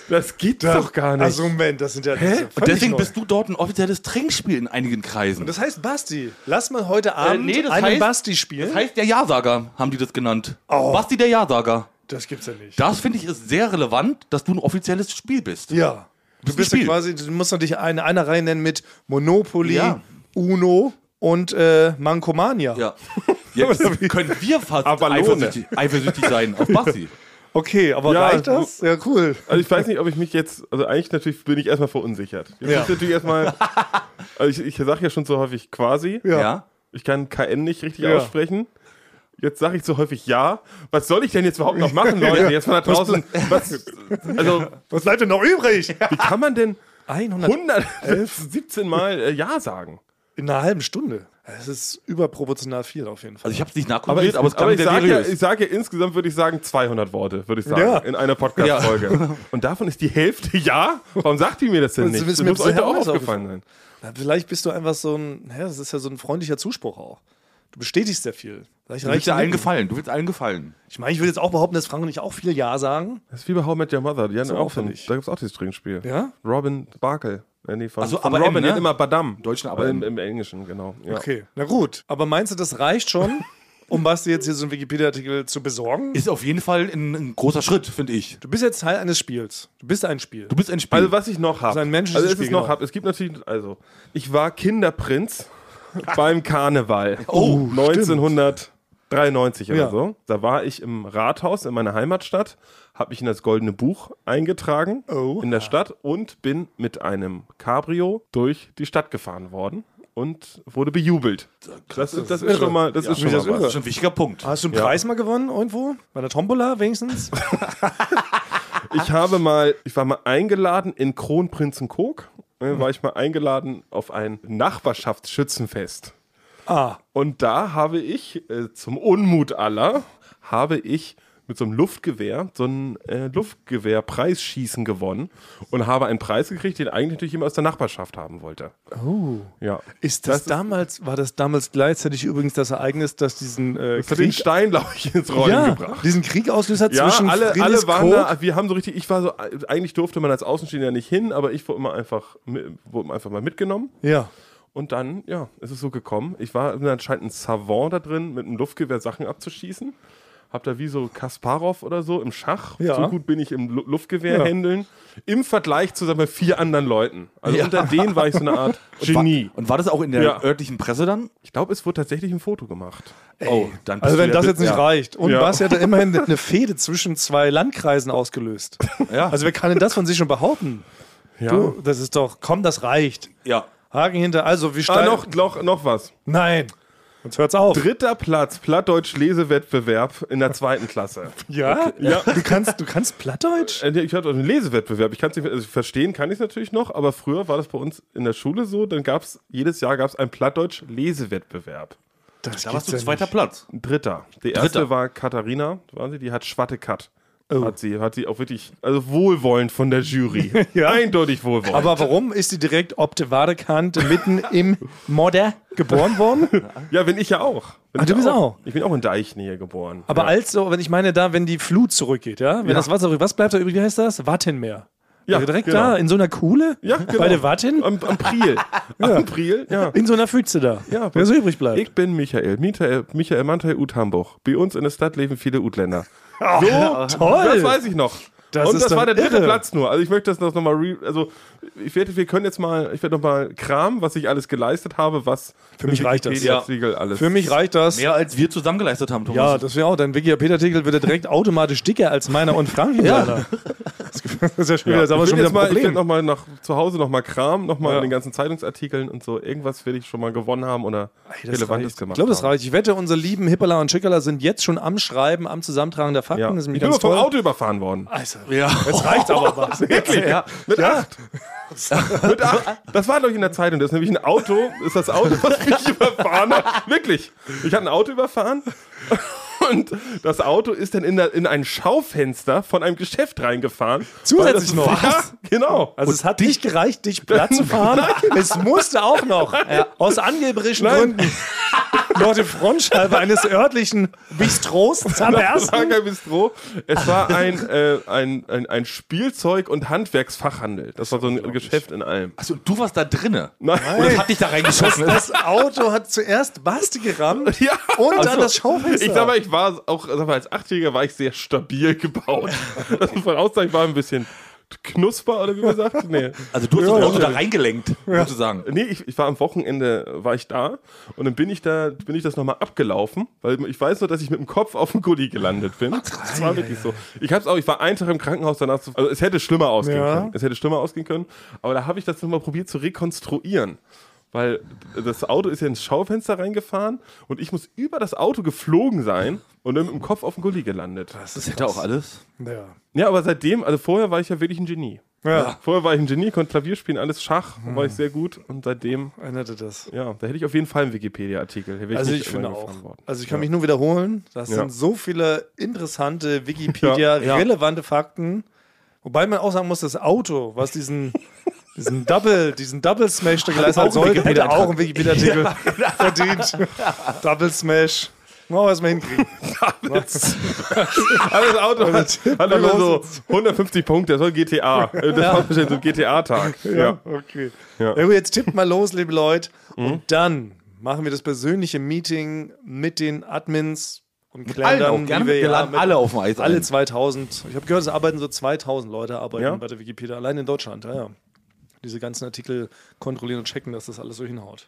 Speaker 4: Das geht doch gar nicht.
Speaker 3: Also, Moment, das sind ja. Hä?
Speaker 2: Und deswegen bist du dort ein offizielles Trinkspiel in einigen Kreisen.
Speaker 3: Das heißt, Basti, lass mal heute Abend
Speaker 2: Äh, nee, das
Speaker 3: einen
Speaker 2: heißt-
Speaker 3: Basti spielen.
Speaker 2: Das heißt der Ja-Sager, haben die das genannt. Basti der Ja-Sager.
Speaker 3: das gibt's ja nicht.
Speaker 2: Das finde ich ist sehr relevant, dass du ein offizielles Spiel bist.
Speaker 3: Ja. Du bist ja
Speaker 2: Spiel.
Speaker 3: quasi, du musst natürlich eine, eine Reihe nennen mit Monopoly,
Speaker 2: Ja.
Speaker 3: Uno und äh, Mankomania.
Speaker 2: Ja. Jetzt können wir fast
Speaker 4: Avalone.
Speaker 2: eifersüchtig, eifersüchtig sein auf Basti.
Speaker 3: Okay, aber
Speaker 4: Ja,
Speaker 3: reicht das? Ja, cool.
Speaker 4: Also ich weiß nicht, ob ich mich jetzt, also eigentlich natürlich bin ich erstmal verunsichert. Jetzt
Speaker 3: Ja.
Speaker 4: ist natürlich erstmal, also ich, ich sage ja schon so häufig quasi.
Speaker 2: Ja.
Speaker 4: Ich kann KN nicht richtig
Speaker 3: Ja.
Speaker 4: aussprechen. Jetzt sage ich so häufig ja. Was soll ich denn jetzt überhaupt noch machen, Leute? Jetzt von da draußen. Was, also,
Speaker 3: Was bleibt denn noch übrig?
Speaker 4: wie kann man denn
Speaker 3: 100
Speaker 4: [LAUGHS] 117 Mal äh, ja sagen?
Speaker 3: in einer halben Stunde. Das ist überproportional viel auf jeden Fall.
Speaker 2: Also ich habe es nicht nachkontrolliert, aber, es klang
Speaker 4: ich
Speaker 2: sehr
Speaker 4: sage ja,
Speaker 2: seriös.
Speaker 4: ich sag ja insgesamt, würde ich sagen, 200 Worte, würde ich sagen,
Speaker 3: Ja.
Speaker 4: in einer Podcast-Folge. Und davon ist die Hälfte [LAUGHS] ja. Warum sagt ihr mir das denn
Speaker 3: Das
Speaker 4: nicht?
Speaker 3: ist
Speaker 4: Das
Speaker 3: mir
Speaker 4: muss euch
Speaker 3: bisher
Speaker 4: doch auch
Speaker 3: auch nicht
Speaker 4: aufgefallen sein.
Speaker 3: Na, Vielleicht bist du einfach so ein, hä, das ist ja so ein freundlicher Zuspruch auch. Du bestätigst sehr viel. Vielleicht
Speaker 2: Du willst
Speaker 3: reicht
Speaker 2: ja
Speaker 3: ein
Speaker 2: allen
Speaker 3: Nicken.
Speaker 2: gefallen. Du willst allen gefallen.
Speaker 3: Ich meine, ich würde jetzt auch behaupten, dass Frank und ich auch viel Ja sagen.
Speaker 4: Das ist wie bei How I Met Your Mother. Die haben auch so ein,
Speaker 3: aufwendig.
Speaker 4: da gibt es auch dieses Trinkspiel.
Speaker 3: Ja?
Speaker 4: Robin Barkel. Äh, nee, von,
Speaker 2: Ach so,
Speaker 4: von
Speaker 2: aber M,
Speaker 4: Robin,
Speaker 2: ne?
Speaker 4: immer Badam.
Speaker 2: Deutschen aber
Speaker 4: aber
Speaker 2: M.
Speaker 4: im, im Englischen, genau. Ja.
Speaker 3: Okay, na gut. Aber meinst du, das reicht [LAUGHS] schon, um Basti jetzt hier so einen Wikipedia-Artikel zu besorgen?
Speaker 2: Ist auf jeden Fall ein, ein großer Schritt, finde ich.
Speaker 3: Du bist jetzt Teil eines Spiels. Du bist ein Spiel.
Speaker 2: Du bist ein Spiel.
Speaker 4: Also was ich noch habe.
Speaker 3: Das ist ein menschliches
Speaker 4: also es
Speaker 3: Spiel,
Speaker 4: ist noch
Speaker 3: genau.
Speaker 4: hab. Es gibt natürlich, also ich war Kinderprinz [LAUGHS] beim Karneval. Oh, 1993
Speaker 3: Ja.
Speaker 4: oder so. Da war ich im Rathaus in meiner Heimatstadt, habe mich in das Goldene Buch eingetragen
Speaker 3: Oh.
Speaker 4: in der Stadt und bin mit einem Cabrio durch die Stadt gefahren worden und wurde bejubelt. Das, ist- das ist schon mal, das ist schon
Speaker 3: das
Speaker 4: mal
Speaker 3: ist irre.
Speaker 4: was.
Speaker 2: das ist ein wichtiger Punkt.
Speaker 3: Hast du einen Preis mal gewonnen irgendwo? Bei der Tombola [LAUGHS] wenigstens?
Speaker 4: Ich habe mal, ich war mal eingeladen in Kronprinzenkog, äh, war ich mal eingeladen auf ein Nachbarschaftsschützenfest.
Speaker 3: ah,
Speaker 4: Und da habe ich, äh, zum Unmut aller, habe ich mit so einem Luftgewehr, so ein äh, Luftgewehr-Preisschießen gewonnen und habe einen Preis gekriegt, den eigentlich natürlich immer aus der Nachbarschaft haben wollte. Oh. Ja.
Speaker 3: ist das,
Speaker 4: Das ist-
Speaker 3: damals, war das damals gleichzeitig übrigens das Ereignis, dass diesen äh,
Speaker 4: Das hat den
Speaker 3: Krieg,
Speaker 4: Stein, glaube ich, ins Rollen
Speaker 3: ja,
Speaker 4: gebracht.
Speaker 3: diesen Krieg auslöst hat
Speaker 4: Ja,
Speaker 3: zwischen
Speaker 4: alle,
Speaker 3: Friedrichs
Speaker 4: alle waren
Speaker 3: Krog-
Speaker 4: da, wir haben so richtig, ich war so, eigentlich durfte man als Außenstehender nicht hin, aber ich wurde immer einfach, mi- wurde einfach mal mitgenommen.
Speaker 3: Ja.
Speaker 4: Und dann, ja, ist es so gekommen. Ich war anscheinend ein Savant da drin, mit einem Luftgewehr Sachen abzuschießen. Hab da wie so Kasparov oder so im Schach.
Speaker 3: Ja.
Speaker 4: So gut bin ich im Lu Luftgewehr
Speaker 3: Ja.
Speaker 4: händeln. Im Vergleich zu sagen wir, vier anderen Leuten. Also unter denen war ich so eine Art Genie.
Speaker 2: Und war das auch in der
Speaker 4: Ja.
Speaker 2: örtlichen Presse dann?
Speaker 4: Ich glaube, es wurde tatsächlich ein Foto gemacht.
Speaker 2: Oh, dann bist
Speaker 3: Also
Speaker 2: du
Speaker 3: wenn
Speaker 2: der
Speaker 3: das
Speaker 2: Bi-
Speaker 3: jetzt nicht
Speaker 2: ja.
Speaker 3: reicht. Und
Speaker 4: Ja.
Speaker 3: Basti hat
Speaker 4: [LAUGHS]
Speaker 3: da immerhin eine Fehde zwischen zwei Landkreisen ausgelöst.
Speaker 2: Ja.
Speaker 3: Also wer kann denn das von sich schon behaupten?
Speaker 4: Ja.
Speaker 3: Du, das ist doch, komm, das reicht.
Speaker 2: Ja.
Speaker 3: Haken hinter, also wir
Speaker 4: Ah,
Speaker 3: steigen.
Speaker 4: noch, noch, noch was.
Speaker 3: Nein. Jetzt hört's auf.
Speaker 4: Dritter Platz, Plattdeutsch-Lesewettbewerb in der zweiten Klasse.
Speaker 3: Ja?
Speaker 4: Ja.
Speaker 3: [LAUGHS] Du kannst, du kannst Plattdeutsch?
Speaker 4: Äh, Ich hatte auch einen Lesewettbewerb. Ich kann's nicht, also verstehen kann ich es natürlich noch, aber früher war das bei uns in der Schule so. Dann gab es jedes Jahr gab's einen Plattdeutsch-Lesewettbewerb.
Speaker 2: Da
Speaker 3: Das gibt's
Speaker 2: warst du
Speaker 3: ja
Speaker 2: zweiter
Speaker 3: nicht.
Speaker 2: Platz.
Speaker 4: Ein dritter. Der erste war Katharina, war sie, die hat Schwattekat.
Speaker 3: Oh.
Speaker 4: Hat sie, hat sie auch wirklich, also wohlwollend von der Jury.
Speaker 3: [LAUGHS] Ja.
Speaker 4: Eindeutig wohlwollend.
Speaker 3: Aber warum ist sie direkt ob de Wadekant mitten im Modder geboren worden?
Speaker 4: ja, bin ich ja auch.
Speaker 3: Ah,
Speaker 4: Bin ich
Speaker 3: du
Speaker 4: ja
Speaker 3: bist auch.
Speaker 4: Ich bin auch in Deichnähe geboren.
Speaker 3: Aber
Speaker 4: ja.
Speaker 3: als so, wenn ich meine da, wenn die Flut zurückgeht, ja? Wenn
Speaker 4: Ja.
Speaker 3: das Wasser zurück, was bleibt da übrig? Wie heißt das? Wattenmeer.
Speaker 4: Ja,
Speaker 3: Wäre direkt
Speaker 4: genau.
Speaker 3: da, in so einer Kuhle?
Speaker 4: Ja, genau.
Speaker 3: Bei der Watten?
Speaker 4: Am, am Priel.
Speaker 3: [LAUGHS]
Speaker 4: Am Priel, ja.
Speaker 3: In so einer Pfütze da.
Speaker 4: Ja,
Speaker 3: Wer so übrig bleibt.
Speaker 4: Ich bin Michael, Michael, Michael Mantel Ut Hamburg. Bei uns in der Stadt leben viele Utländer. so,
Speaker 3: Oh, toll.
Speaker 4: das weiß ich noch.
Speaker 3: Das
Speaker 4: und
Speaker 3: ist
Speaker 4: das war
Speaker 3: doch
Speaker 4: der dritte
Speaker 3: irre.
Speaker 4: Platz nur. Also ich möchte das noch noch mal re also ich werde wir können jetzt mal ich werde noch mal Kram, was ich alles geleistet habe, was für
Speaker 3: mich reicht das.
Speaker 4: alles.
Speaker 3: Für mich reicht das.
Speaker 2: Mehr als wir zusammen geleistet haben, Thomas.
Speaker 3: Ja, das wäre auch. Dein Wikipedia-Artikel wird ja direkt automatisch dicker als meiner und Frank. Ja. [LAUGHS] Das ist ja schon wieder,
Speaker 4: ja,
Speaker 3: das ist aber
Speaker 4: ich
Speaker 3: schon wieder
Speaker 4: will jetzt
Speaker 3: ein
Speaker 4: mal, ich
Speaker 3: Problem.
Speaker 4: werde noch mal nach zu Hause noch mal Kram, noch mal
Speaker 3: Ja.
Speaker 4: in den ganzen Zeitungsartikeln und so irgendwas werde ich schon mal gewonnen haben oder
Speaker 3: Das
Speaker 4: relevantes
Speaker 3: reicht.
Speaker 4: gemacht.
Speaker 3: Ich glaube, das
Speaker 4: haben.
Speaker 3: reicht. Ich wette, unsere lieben Hipperler und Schickerler sind jetzt schon am Schreiben, am Zusammentragen der Fakten.
Speaker 4: Ja.
Speaker 3: Das ist
Speaker 4: Ich
Speaker 3: nämlich
Speaker 4: bin mal
Speaker 3: ganz
Speaker 4: vom
Speaker 3: toll.
Speaker 4: Auto überfahren worden.
Speaker 3: Also,
Speaker 2: Ja.
Speaker 3: jetzt reicht's aber [LAUGHS] was.
Speaker 4: [LAUGHS] Wirklich?
Speaker 3: Ja. [LAUGHS]
Speaker 4: Mit acht. Mit acht. Das war, glaube ich, in der Zeitung. Das ist nämlich ein Auto. Ist das Auto,
Speaker 3: [LAUGHS]
Speaker 4: was mich überfahren hat? Wirklich. Ich hatte ein Auto überfahren. [LAUGHS] Und das Auto ist dann in, der, in ein Schaufenster von einem Geschäft reingefahren.
Speaker 3: Zusätzlich
Speaker 4: Weil
Speaker 3: noch?
Speaker 4: das- Ja, genau.
Speaker 3: Also es hat nicht gereicht,
Speaker 4: [LAUGHS]
Speaker 3: dich platt zu fahren. es musste auch noch. Aus angeberischen
Speaker 4: Nein.
Speaker 3: Gründen. Noch die Frontscheibe eines örtlichen Bistros
Speaker 4: Es war
Speaker 3: zerbersten.
Speaker 4: kein Bistro. Es war
Speaker 3: [LAUGHS]
Speaker 4: ein, äh, ein, ein, ein Spielzeug- und Handwerksfachhandel. Das war so ein Geschäft in allem.
Speaker 2: Achso, und Also, du warst da drinne.
Speaker 4: Nein.
Speaker 2: Das hat dich da reingeschossen.
Speaker 3: Das Auto hat zuerst Basti gerammt
Speaker 4: [LAUGHS] Ja.
Speaker 3: und dann
Speaker 4: Also,
Speaker 3: das Schaufenster.
Speaker 4: Ich sag mal, ich war auch sag mal, als Achtjähriger war ich sehr stabil [LAUGHS] gebaut. Also Das muss man auch sagen, ich war ein bisschen knusper oder wie man sagt. Nee.
Speaker 2: Also du hast das
Speaker 4: Ja.
Speaker 2: Auto da reingelenkt, sozusagen.
Speaker 4: Nee, ich, ich war am Wochenende war ich da und dann bin ich da bin ich das nochmal abgelaufen, weil ich weiß nur, dass ich mit dem Kopf auf dem Gully gelandet bin. Das war wirklich so. Ich hab's auch, ich war einen Tag im Krankenhaus danach zu, also es hätte schlimmer ausgehen
Speaker 3: Ja.
Speaker 4: können. Es hätte schlimmer ausgehen können, aber da habe ich das nochmal probiert zu rekonstruieren. Weil das Auto ist ja ins Schaufenster reingefahren und ich muss über das Auto geflogen sein und dann mit dem Kopf auf den Gully gelandet.
Speaker 2: Das hätte auch alles.
Speaker 3: Ja.
Speaker 4: Ja, aber seitdem, also vorher war ich ja wirklich ein Genie.
Speaker 3: Ja. Mhm.
Speaker 4: Vorher war ich ein Genie, konnte Klavier spielen, alles Schach, war ich sehr gut und seitdem
Speaker 3: Änderte das.
Speaker 4: ja, da hätte ich auf jeden Fall einen Wikipedia-Artikel. Hier wäre
Speaker 3: Also
Speaker 4: nicht
Speaker 3: ich finde auch. [LAUGHS]
Speaker 4: übergefahren worden.
Speaker 3: Also ich kann mich nur wiederholen. Das
Speaker 4: Ja.
Speaker 3: sind so viele interessante Wikipedia-relevante Fakten. Wobei man auch sagen muss, das Auto, was diesen Diesen Double, diesen Double Smash, der gleich
Speaker 1: auch
Speaker 3: halt
Speaker 1: ein
Speaker 3: sollte,
Speaker 1: Wikipedia-
Speaker 3: hätte auch einen Wikipedia-Artikel
Speaker 4: genau.
Speaker 3: verdient. Double Smash. Mal was mal hinkriegen.
Speaker 4: Aber das Auto hat, hat immer so 150 Punkte, das war GTA. Äh, Das war wahrscheinlich so ein GTA-Tag. Ja.
Speaker 3: Okay.
Speaker 4: Ja.
Speaker 3: Ja. gut, jetzt tippt mal los, liebe Leute.
Speaker 2: Mhm.
Speaker 3: Und dann machen wir das persönliche Meeting mit den Admins und klären
Speaker 2: allen auch
Speaker 3: dann,
Speaker 2: gerne.
Speaker 3: wie wir,
Speaker 2: Wir
Speaker 3: ja
Speaker 2: laden
Speaker 3: mit-
Speaker 2: alle auf dem Eis
Speaker 3: Alle
Speaker 2: ein.
Speaker 3: 2000. Ich habe gehört, es arbeiten so 2000 Leute arbeiten
Speaker 4: Ja?
Speaker 3: bei der Wikipedia, allein in Deutschland. Ja, ja. Diese ganzen Artikel kontrollieren und checken, dass das alles so hinhaut.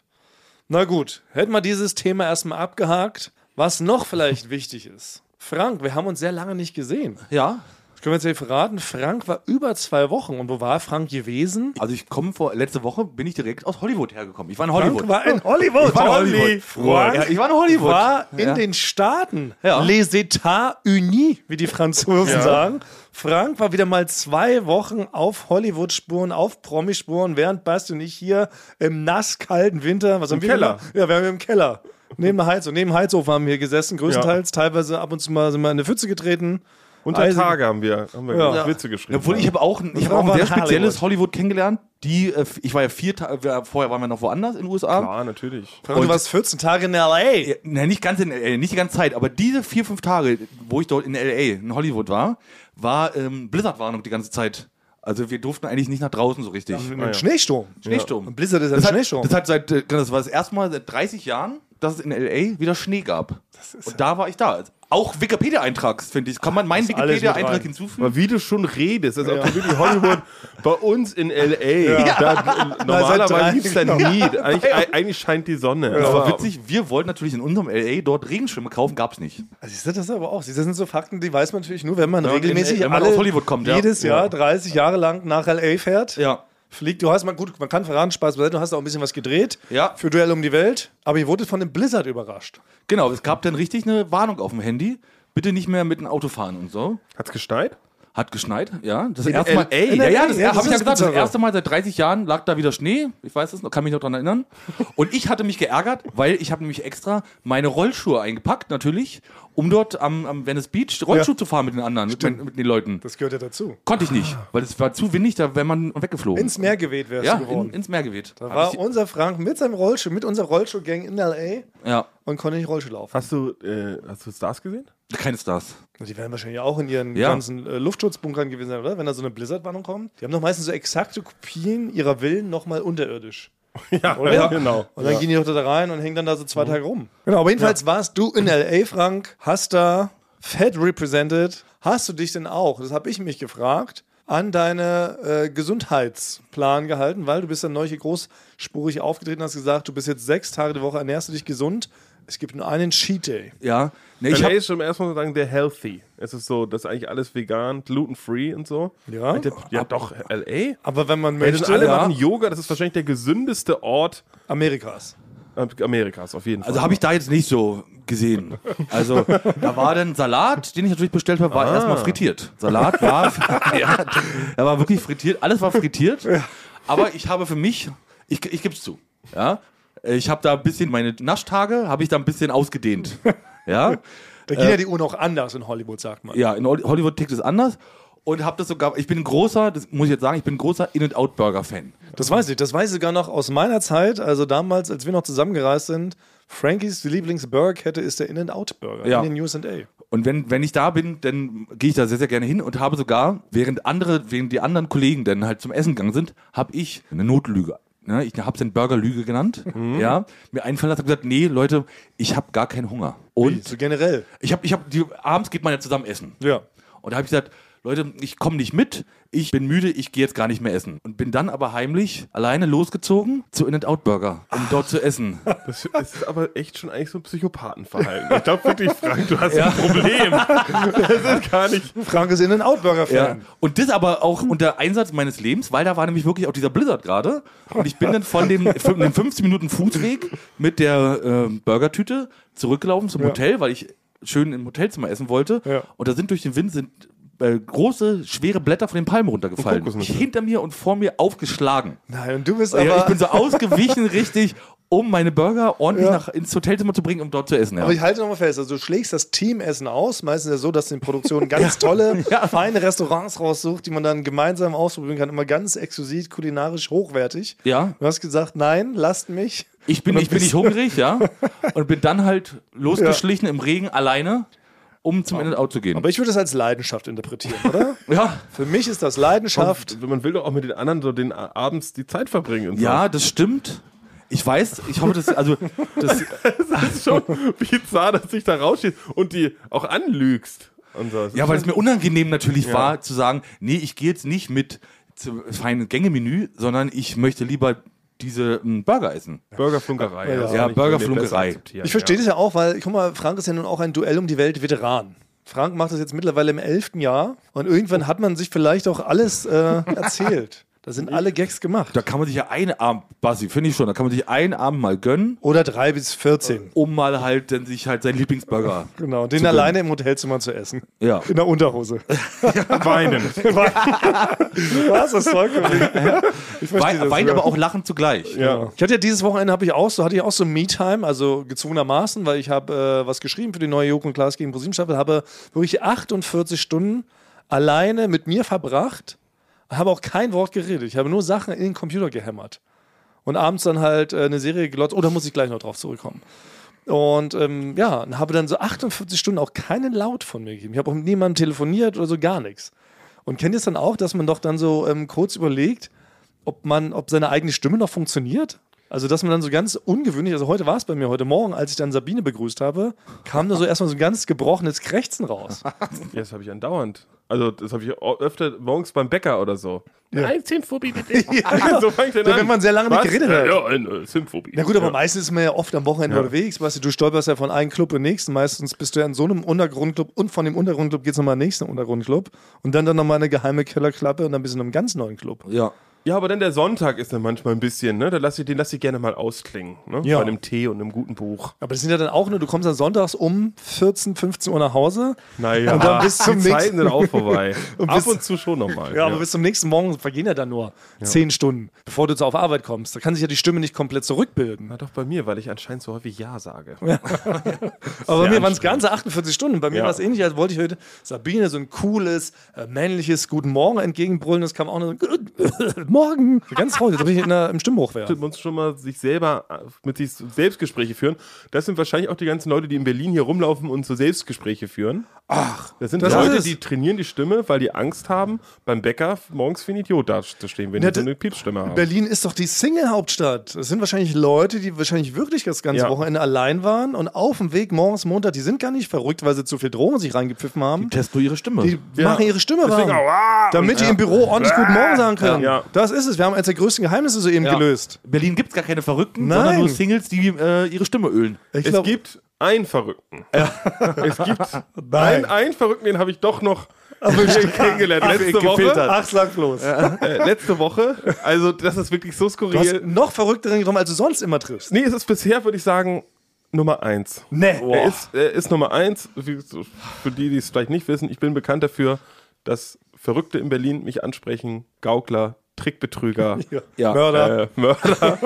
Speaker 3: Na gut, hätten wir dieses Thema erstmal abgehakt. Was
Speaker 2: [LAUGHS]
Speaker 3: noch vielleicht wichtig ist. Frank, wir haben uns sehr lange nicht gesehen.
Speaker 2: Ja.
Speaker 3: Das können wir jetzt hier verraten. Frank war über zwei Wochen. Und wo war Frank gewesen?
Speaker 2: Also ich komme vor, letzte Woche bin ich direkt aus Hollywood hergekommen. Ich war in Hollywood.
Speaker 3: Frank war in Hollywood.
Speaker 2: ich war in
Speaker 3: Holly
Speaker 2: Hollywood.
Speaker 3: Frank
Speaker 2: Ja, ich war in Hollywood.
Speaker 3: war in
Speaker 2: ja.
Speaker 3: den Staaten.
Speaker 2: Ja.
Speaker 3: Les Etats Unis, wie die Franzosen sagen. Frank war wieder mal zwei Wochen auf Hollywood-Spuren, auf Promispuren, während Basti und ich hier im nasskalten Winter, was haben wir
Speaker 4: Keller.
Speaker 3: gemacht? Ja, wir haben im Keller. Neben der Heizung, neben dem Heizofen haben wir gesessen, größtenteils. Teilweise ab und zu mal sind wir in eine Pfütze getreten.
Speaker 4: Unter
Speaker 3: Eisen-
Speaker 4: Tage haben wir, haben wir
Speaker 3: Also- Ja.
Speaker 4: Witze geschrieben.
Speaker 2: Obwohl ich habe auch, ein- ich
Speaker 3: Das
Speaker 2: hab
Speaker 3: war
Speaker 2: auch ein sehr
Speaker 3: aber in
Speaker 2: spezielles Hollywood kennengelernt. Die, äh, ich war ja vier Tage, wir- vorher waren wir noch woanders in den USA.
Speaker 4: Ja, natürlich.
Speaker 3: Frank, du warst 14 Tage in L.A.
Speaker 2: Ja, na, nicht ganz in LA, nicht die ganze Zeit, aber diese vier, fünf Tage, wo ich dort in LA, in Hollywood war, war ähm, Blizzard-Warnung die ganze Zeit. Also wir durften eigentlich nicht nach draußen so richtig.
Speaker 3: Mit
Speaker 4: Ah,
Speaker 3: dem Schneesturm.
Speaker 2: Schneesturm.
Speaker 3: Und Blizzard ist ein
Speaker 2: das hat,
Speaker 3: Schneesturm.
Speaker 2: Das, hat seit, äh, das war das erste Mal seit 30 Jahren, dass es in LA wieder Schnee gab. Und da war ich da. Auch Wikipedia-Eintrag, finde ich. Kann man meinen
Speaker 3: alles mit
Speaker 2: Wikipedia-Eintrag
Speaker 3: rein.
Speaker 2: hinzufügen?
Speaker 4: Aber wie du schon redest, also ob du wirklich Hollywood bei uns in L.A., da, äh,
Speaker 3: drei-
Speaker 4: normalerweise gibt es da nie. Eigentlich, ei- eigentlich scheint die Sonne.
Speaker 2: Das war
Speaker 4: Aber-
Speaker 2: witzig, wir wollten natürlich in unserem LA dort Regenschirme kaufen, gab es nicht.
Speaker 3: Also siehst du, das ist aber auch. siehst du, Das sind so Fakten, die weiß man natürlich nur, wenn man
Speaker 2: Ja,
Speaker 3: regelmäßig
Speaker 2: wenn man
Speaker 3: alle,
Speaker 2: aus Hollywood kommt, ja.
Speaker 3: jedes Jahr 30 Jahre lang nach L.A. fährt.
Speaker 2: Ja.
Speaker 3: Fliegt, du hast mal gut, man kann verraten, Spaß beiseite, du hast auch ein bisschen was gedreht
Speaker 2: Ja.
Speaker 3: für Duell um die Welt, aber ihr wurdet von dem Blizzard überrascht.
Speaker 2: Genau, es gab dann richtig eine Warnung auf dem Handy. Bitte nicht mehr mit dem Auto fahren und so.
Speaker 4: Hat's geschneit?
Speaker 2: Hat geschneit, ja. Das
Speaker 4: In
Speaker 2: erste Mal.
Speaker 4: LA?
Speaker 2: Ja, ja, das,
Speaker 3: Ja, das
Speaker 2: habe ich ja
Speaker 3: ist
Speaker 2: gesagt. Das
Speaker 3: bizarr.
Speaker 2: erste Mal seit 30 Jahren lag da wieder Schnee. Ich weiß es noch, kann mich noch dran erinnern. Und ich hatte mich geärgert, weil ich habe nämlich extra meine Rollschuhe eingepackt, natürlich, um dort am, am Venice Beach Rollschuh
Speaker 3: Ja.
Speaker 2: zu fahren mit den anderen, mit, meinen- mit den Leuten.
Speaker 3: Das gehört ja dazu.
Speaker 2: Konnte ich nicht, weil es war zu windig, da wäre man weggeflogen.
Speaker 3: Ah. Ins Meer geweht wärst
Speaker 2: ja,
Speaker 3: du
Speaker 2: in,
Speaker 3: geworden.
Speaker 2: ins Meer geweht.
Speaker 3: da
Speaker 2: Hab
Speaker 3: war
Speaker 2: ich,
Speaker 3: unser Frank mit seinem Rollschuh, mit unserer Rollschuhgang in L.A.
Speaker 2: ja,
Speaker 3: und konnte nicht Rollschuh laufen.
Speaker 4: Hast du, äh, hast du Stars gesehen?
Speaker 2: keine Stars.
Speaker 3: Die wären wahrscheinlich auch in ihren
Speaker 2: Ja.
Speaker 3: ganzen äh, Luftschutzbunkern gewesen sein, oder? Wenn da so eine Blizzard-Warnung kommt. Die haben doch meistens so exakte Kopien ihrer Villen nochmal unterirdisch.
Speaker 4: Ja,
Speaker 3: Oder?
Speaker 4: genau.
Speaker 3: Und dann gehen die doch da rein und hängen dann da so zwei Tage rum. Genau, aber jedenfalls warst du in L.A., Frank, hast da Fed represented. Hast du dich denn auch, das habe ich mich gefragt, an deine äh, Gesundheitsplan gehalten, weil du bist dann neu hier großspurig aufgetreten und hast gesagt, du bist jetzt sechs Tage die Woche, ernährst du dich gesund. Es gibt nur einen Cheat Day.
Speaker 2: Ja, nee, ich
Speaker 4: Ich
Speaker 2: hab,
Speaker 4: ist schon erstmal sagen, der healthy. Es ist so, das ist eigentlich alles vegan, gluten-free und so.
Speaker 3: Ja.
Speaker 4: Alter, ja doch, L.A.?
Speaker 3: Aber wenn man
Speaker 4: Weil das
Speaker 3: möchte,
Speaker 4: alle
Speaker 3: ja,
Speaker 4: machen Yoga, das ist wahrscheinlich der gesündeste Ort
Speaker 3: Amerikas.
Speaker 4: äh, Amerikas, auf jeden Fall.
Speaker 2: Also habe ich da jetzt nicht so gesehen. Also da war dann Salat, den ich natürlich bestellt habe, war erstmal frittiert. Salat war, [LAUGHS] ja, er war wirklich frittiert, alles war frittiert. Aber ich habe für mich, ich, ich gebe es zu, ja, ich habe da ein bisschen, meine Naschtage habe ich da ein bisschen ausgedehnt. Ja,
Speaker 3: Da geht ja die Uhr noch anders in Hollywood, sagt man.
Speaker 2: ja in Hol- Hollywood tickt es anders. Und habe das sogar, ich bin ein großer, das muss ich jetzt sagen, ich bin ein großer In-N-Out-Burger-Fan.
Speaker 3: Das weiß ich, das weiß ich sogar noch aus meiner Zeit, also damals, als wir noch zusammengereist sind. Frankies Lieblingsburgerkette ist der In-N-Out-Burger
Speaker 2: Ja.
Speaker 3: in den USA.
Speaker 2: Und wenn, wenn ich da bin, dann gehe ich da sehr, sehr gerne hin und habe sogar, während andere, während die anderen Kollegen dann halt zum Essen gegangen sind, habe ich eine Notlüge. Ne? Ich habe es dann Burgerlüge genannt. Ja, mir einfallen lassen, habe gesagt, nee, Leute, ich habe gar keinen Hunger. Und
Speaker 3: So Also generell.
Speaker 2: ich habe, ich habe, die- abends geht man ja zusammen essen.
Speaker 3: Ja.
Speaker 2: Und da habe ich gesagt, Leute, ich komme nicht mit, ich bin müde, ich gehe jetzt gar nicht mehr essen. Und bin dann aber heimlich alleine losgezogen zu In-N-Out Burger, um dort zu essen.
Speaker 4: Das ist aber echt schon eigentlich so ein Psychopathenverhalten. Ich glaube wirklich, Frank, du hast ein Problem. Das ist gar nicht.
Speaker 3: Frank ist
Speaker 2: Ja.
Speaker 3: In-N-Out-Burger-Fan.
Speaker 2: Und das aber auch unter Einsatz meines Lebens, weil da war nämlich wirklich auch dieser Blizzard gerade. Und ich bin dann von dem,
Speaker 3: [LAUGHS]
Speaker 2: von dem 15 Minuten Fußweg mit der ähm, Burgertüte zurückgelaufen zum Hotel, weil ich schön im Hotelzimmer essen wollte.
Speaker 3: Ja.
Speaker 2: Und da sind durch den Wind sind äh, große, schwere Blätter von den Palmen runtergefallen.
Speaker 4: Kokosnüsse.
Speaker 2: Hinter mir und vor mir aufgeschlagen.
Speaker 3: Nein, und du bist
Speaker 2: Ja,
Speaker 3: aber. [LAUGHS]
Speaker 2: ich bin so ausgewichen, richtig. um meine Burger ordentlich
Speaker 3: Ja.
Speaker 2: nach, ins Hotelzimmer zu bringen, um dort zu essen. Ja.
Speaker 3: Aber ich halte nochmal fest, also du schlägst das Teamessen aus, meistens ja so, dass die
Speaker 2: [LAUGHS]
Speaker 3: Produktion ganz tolle, feine Restaurants raussucht, die man dann gemeinsam ausprobieren kann, immer ganz exklusiv, kulinarisch hochwertig.
Speaker 2: Ja.
Speaker 3: Du hast gesagt, nein, lasst mich.
Speaker 2: Ich bin,
Speaker 3: Und dann
Speaker 2: ich bin nicht
Speaker 3: bist
Speaker 2: hungrig,
Speaker 3: [LAUGHS]
Speaker 2: ja. Und bin dann halt losgeschlichen im Regen alleine, um zum In-N-Out zu gehen.
Speaker 3: Aber ich würde das als Leidenschaft interpretieren, oder?
Speaker 2: ja,
Speaker 3: Für mich ist das Leidenschaft.
Speaker 4: Und Man will doch auch mit den anderen so den a- abends die Zeit verbringen. Und [LAUGHS]
Speaker 2: ja, das stimmt. Ich weiß, ich hoffe, das,
Speaker 3: [LAUGHS]
Speaker 2: also, das,
Speaker 4: so. schon bizarr, dass sich da rausschießt und die auch anlügst. Und so.
Speaker 2: ja, weil es mir unangenehm natürlich war, zu sagen, nee, ich gehe jetzt nicht mit zum feinen Gängemenü, sondern ich möchte lieber diese m, Burger essen.
Speaker 4: Burgerflunkerei.
Speaker 3: Ja,
Speaker 4: Also
Speaker 2: ja,
Speaker 4: nicht von dem
Speaker 2: Burgerflunkerei.
Speaker 4: besser akzeptieren,
Speaker 3: Ich verstehe das ja auch, weil, guck mal, Frank ist ja nun auch ein Duell um die Welt Veteran. Frank macht das jetzt mittlerweile im elften Jahr und irgendwann hat man sich vielleicht auch alles
Speaker 2: [LAUGHS]
Speaker 3: äh, erzählt. Da sind alle Gags gemacht.
Speaker 2: Da kann man sich ja einen Abend, Basti, finde ich schon, da kann man sich einen Abend mal gönnen,
Speaker 3: Oder drei bis 14.
Speaker 2: um mal halt, dann sich halt seinen
Speaker 3: [LAUGHS]
Speaker 2: Lieblingsburger.
Speaker 3: Genau, den
Speaker 2: gönnen.
Speaker 3: alleine im Hotelzimmer zu essen.
Speaker 2: Ja.
Speaker 3: In der
Speaker 2: [LAUGHS]
Speaker 3: Unterhose.
Speaker 4: ja. Weinen.
Speaker 3: Was? Das Zeug. Ich verstehe
Speaker 2: Wein,
Speaker 3: das
Speaker 2: weint
Speaker 3: ja.
Speaker 2: aber auch lachen zugleich.
Speaker 4: Ja.
Speaker 3: Ich hatte ja dieses Wochenende habe ich auch so hatte ich auch so Me-Time, also gezwungenermaßen, weil ich habe äh, was geschrieben für die neue Joko und Klaas gegen ProSieben Staffel, habe wirklich 48 Stunden alleine mit mir verbracht, habe auch kein Wort geredet. Ich habe nur Sachen in den Computer gehämmert und abends dann halt äh, eine Serie gelotzt. Oh, da muss ich gleich noch drauf zurückkommen. Und ähm, ja, und habe dann so 48 Stunden auch keinen Laut von mir gegeben. Ich habe auch mit niemandem telefoniert oder so gar nichts. Und kennt ihr es dann auch, dass man doch dann so ähm, kurz überlegt, ob man, ob seine eigene Stimme noch funktioniert? Also, dass man dann so ganz ungewöhnlich, also heute war es bei mir, heute Morgen, als ich dann Sabine begrüßt habe, kam da so erstmal so ein ganz gebrochenes Krächzen [LAUGHS] raus.
Speaker 4: Ja, das habe ich andauernd. Also, das habe ich au- öfter morgens beim Bäcker oder so. Ein
Speaker 3: [LAUGHS]
Speaker 4: Zimtphobie bitte. [LAUGHS] so fange ich denn
Speaker 3: Wenn man sehr lange nicht geredet hat.
Speaker 4: Ja, ein äh, Zimtphobie.
Speaker 3: Na gut, aber meistens ist man ja oft am Wochenende unterwegs. Weißt du, du stolperst ja von einem Club in den nächsten. Meistens bist du ja in so einem Untergrundclub und von dem Untergrundclub geht es nochmal in den nächsten Untergrundclub und dann dann nochmal eine geheime Kellerklappe und dann bist du in einem ganz neuen Club.
Speaker 2: Ja.
Speaker 4: Ja, aber dann der Sonntag ist dann manchmal ein bisschen, ne? Da lass ich, den lasse ich gerne mal ausklingen. Ne?
Speaker 3: Ja.
Speaker 4: Bei einem Tee und einem guten Buch.
Speaker 3: Aber das sind ja dann auch nur, du kommst dann sonntags um 14, 15 Uhr nach Hause.
Speaker 4: Naja,
Speaker 3: Und dann bis zum
Speaker 4: die
Speaker 3: nächsten-
Speaker 4: Zeiten sind auch vorbei. Ab
Speaker 3: bis-
Speaker 4: [LAUGHS] und zu schon nochmal.
Speaker 3: Ja, aber bis zum nächsten Morgen vergehen ja dann nur zehn Stunden, bevor du zu auf Arbeit kommst. Da kann sich ja die Stimme nicht komplett zurückbilden.
Speaker 4: Na doch bei mir, weil ich anscheinend so häufig Ja sage.
Speaker 3: Aber bei
Speaker 4: Sehr
Speaker 3: mir waren es
Speaker 4: anstrengend.
Speaker 3: ganze 48 Stunden. Bei mir
Speaker 4: Ja.
Speaker 3: war es ähnlich, als wollte ich heute Sabine so ein cooles, äh, männliches Guten Morgen entgegenbrüllen. Das kam auch nur so [LAUGHS] Guten Morgen. Ganz toll, jetzt habe ich in der, im Stimmbruch wäre.
Speaker 4: Man muss schon mal sich selber äh, mit sich selbst Gespräche führen. Das sind wahrscheinlich auch die ganzen Leute, die in Berlin hier rumlaufen und so Selbstgespräche führen. Ach, das sind
Speaker 3: das ist
Speaker 4: Leute,
Speaker 3: es.
Speaker 4: die trainieren die Stimme, weil die Angst haben, beim Bäcker morgens für ein Idiot dazustehen, wenn
Speaker 3: Ja,
Speaker 4: die so
Speaker 3: d-
Speaker 4: eine Piepsstimme haben.
Speaker 3: Berlin ist doch die Single-Hauptstadt. Das sind wahrscheinlich Leute, die wahrscheinlich wirklich das ganze
Speaker 4: Ja.
Speaker 3: Wochenende allein waren und auf dem Weg morgens, Montag, die sind gar nicht verrückt, weil sie zu viel Drogen sich reingepfiffen haben.
Speaker 2: Test nur ihre Stimme.
Speaker 3: Die machen ihre Stimme
Speaker 4: Deswegen auch,
Speaker 3: warm.
Speaker 4: ah,
Speaker 3: Damit
Speaker 4: und,
Speaker 3: die im Büro ordentlich guten Morgen sagen können.
Speaker 4: Ja.
Speaker 3: Das ist es. Wir haben eins der größten Geheimnisse soeben
Speaker 2: Ja.
Speaker 3: gelöst.
Speaker 2: Berlin gibt es gar keine Verrückten,
Speaker 3: Nein.
Speaker 2: sondern nur Singles, die äh, ihre Stimme ölen.
Speaker 3: Ich
Speaker 4: Es gibt einen Verrückten. [LAUGHS] Es gibt
Speaker 3: [LAUGHS]
Speaker 4: einen, einen Verrückten, den habe ich doch noch kennengelernt. Letzte Woche,
Speaker 3: Ach, sag bloß.
Speaker 4: äh, letzte Woche. Also, das ist wirklich so
Speaker 3: Du hast
Speaker 4: skurril.
Speaker 3: noch verrückteren genommen, als du sonst immer triffst.
Speaker 4: Nee, es ist bisher, würde ich sagen, Nummer eins.
Speaker 3: Nee.
Speaker 4: Er ist, er ist Nummer eins. Wie- so, Für die, die es vielleicht nicht wissen, ich bin bekannt dafür, dass Verrückte in Berlin mich ansprechen, Gaukler, Trickbetrüger,
Speaker 2: Ja.
Speaker 3: Mörder.
Speaker 4: äh, ne, Mörder.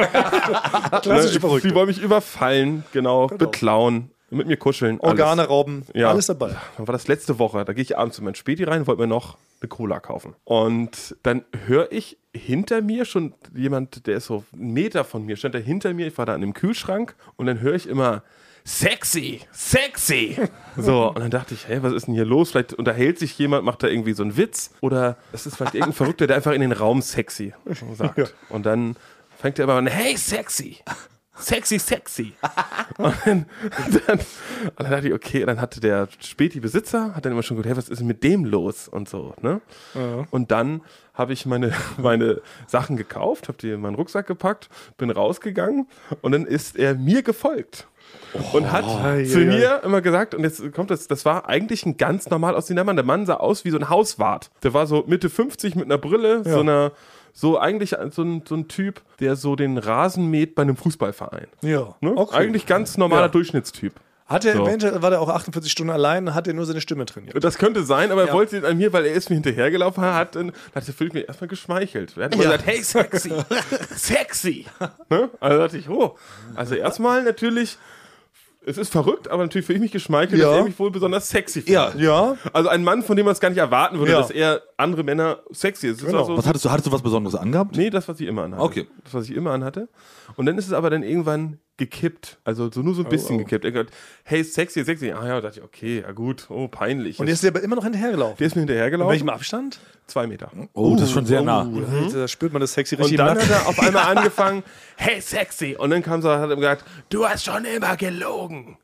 Speaker 3: klassische Verrückte.
Speaker 4: Die wollen mich überfallen, genau, beklauen, mit mir kuscheln. alles.
Speaker 3: Organe rauben.
Speaker 4: Ja.
Speaker 3: Alles dabei.
Speaker 4: Dann war das letzte Woche. Da gehe ich abends in mein Späti rein, wollte mir noch eine Cola kaufen. Und dann höre ich hinter mir schon jemand, der ist so einen Meter von mir, stand da hinter mir. Ich war da an dem Kühlschrank und dann höre ich immer sexy,
Speaker 3: [LAUGHS]
Speaker 4: sexy. So, und dann dachte ich, hey, was ist denn hier los? Vielleicht unterhält sich jemand, macht da irgendwie so einen Witz oder es ist vielleicht irgendein Verrückter, der einfach in den Raum sexy sagt. Und dann fängt er aber an, hey, sexy. Sexy, sexy. Und dann, dann, und dann dachte ich, okay, dann hatte der Späti-Besitzer, hat dann immer schon gedacht, hey, was ist denn mit dem los und so, ne? Und dann habe ich meine, [LAUGHS] meine Sachen gekauft, habe die in meinen Rucksack gepackt, bin rausgegangen und dann ist er mir gefolgt. Und hat zu
Speaker 3: Oh. ei, ei.
Speaker 4: mir immer gesagt, und jetzt kommt das, das war eigentlich ein ganz normal aussehender Mann. Der Mann sah aus wie so ein Hauswart. Der war so Mitte 50 mit einer Brille, so einer, so eigentlich so ein, so ein Typ, der so den Rasen mäht bei einem Fußballverein.
Speaker 3: Ja.
Speaker 4: Ne? Eigentlich ganz Ne? normaler Durchschnittstyp.
Speaker 3: Hat er
Speaker 4: So.
Speaker 3: eventuell, war der auch 48 Stunden allein und hat er nur seine Stimme trainiert.
Speaker 4: Das könnte sein, aber
Speaker 3: Ja.
Speaker 4: er wollte ihn an mir, weil er ist mir hinterhergelaufen hat, dann hat der Philipp mir erstmal geschmeichelt. Er hat immer gesagt,
Speaker 3: [LAUGHS]
Speaker 4: hey, sexy, sexy. ne? Also dachte ich, oh. Also erstmal natürlich, es ist verrückt, aber natürlich fühle ich mich geschmeichelt,
Speaker 3: Ja.
Speaker 4: dass er mich wohl besonders sexy findet.
Speaker 3: Ja.
Speaker 4: Also ein Mann, von dem man es gar nicht erwarten würde,
Speaker 3: Ja.
Speaker 4: dass er andere Männer sexy ist. also Das
Speaker 3: Genau.
Speaker 4: war so,
Speaker 2: Was hattest du? Hattest du was Besonderes angehabt?
Speaker 4: Nee, das, was ich immer anhatte.
Speaker 2: Okay.
Speaker 4: Das, was ich immer anhatte. Und dann ist es aber dann irgendwann gekippt. Also so
Speaker 3: Oh,
Speaker 4: nur so ein bisschen gekippt. Er hat gesagt, hey, sexy, sexy. Ah ja, dachte ich, okay, ja gut, oh, peinlich.
Speaker 3: Und der ist dir aber immer noch hinterhergelaufen.
Speaker 4: der ist mir
Speaker 3: In
Speaker 4: hinterhergelaufen.
Speaker 3: welchem Hm? Abstand?
Speaker 4: Zwei Meter.
Speaker 2: Oh, das ist schon sehr nah.
Speaker 3: Mhm. Da spürt man das sexy
Speaker 4: Und
Speaker 3: richtig
Speaker 4: dann
Speaker 3: im [LAUGHS]
Speaker 4: hat
Speaker 3: Nacken.
Speaker 4: er auf einmal angefangen, hey, sexy. Und dann kam so, hat er gesagt, du hast schon immer gelogen.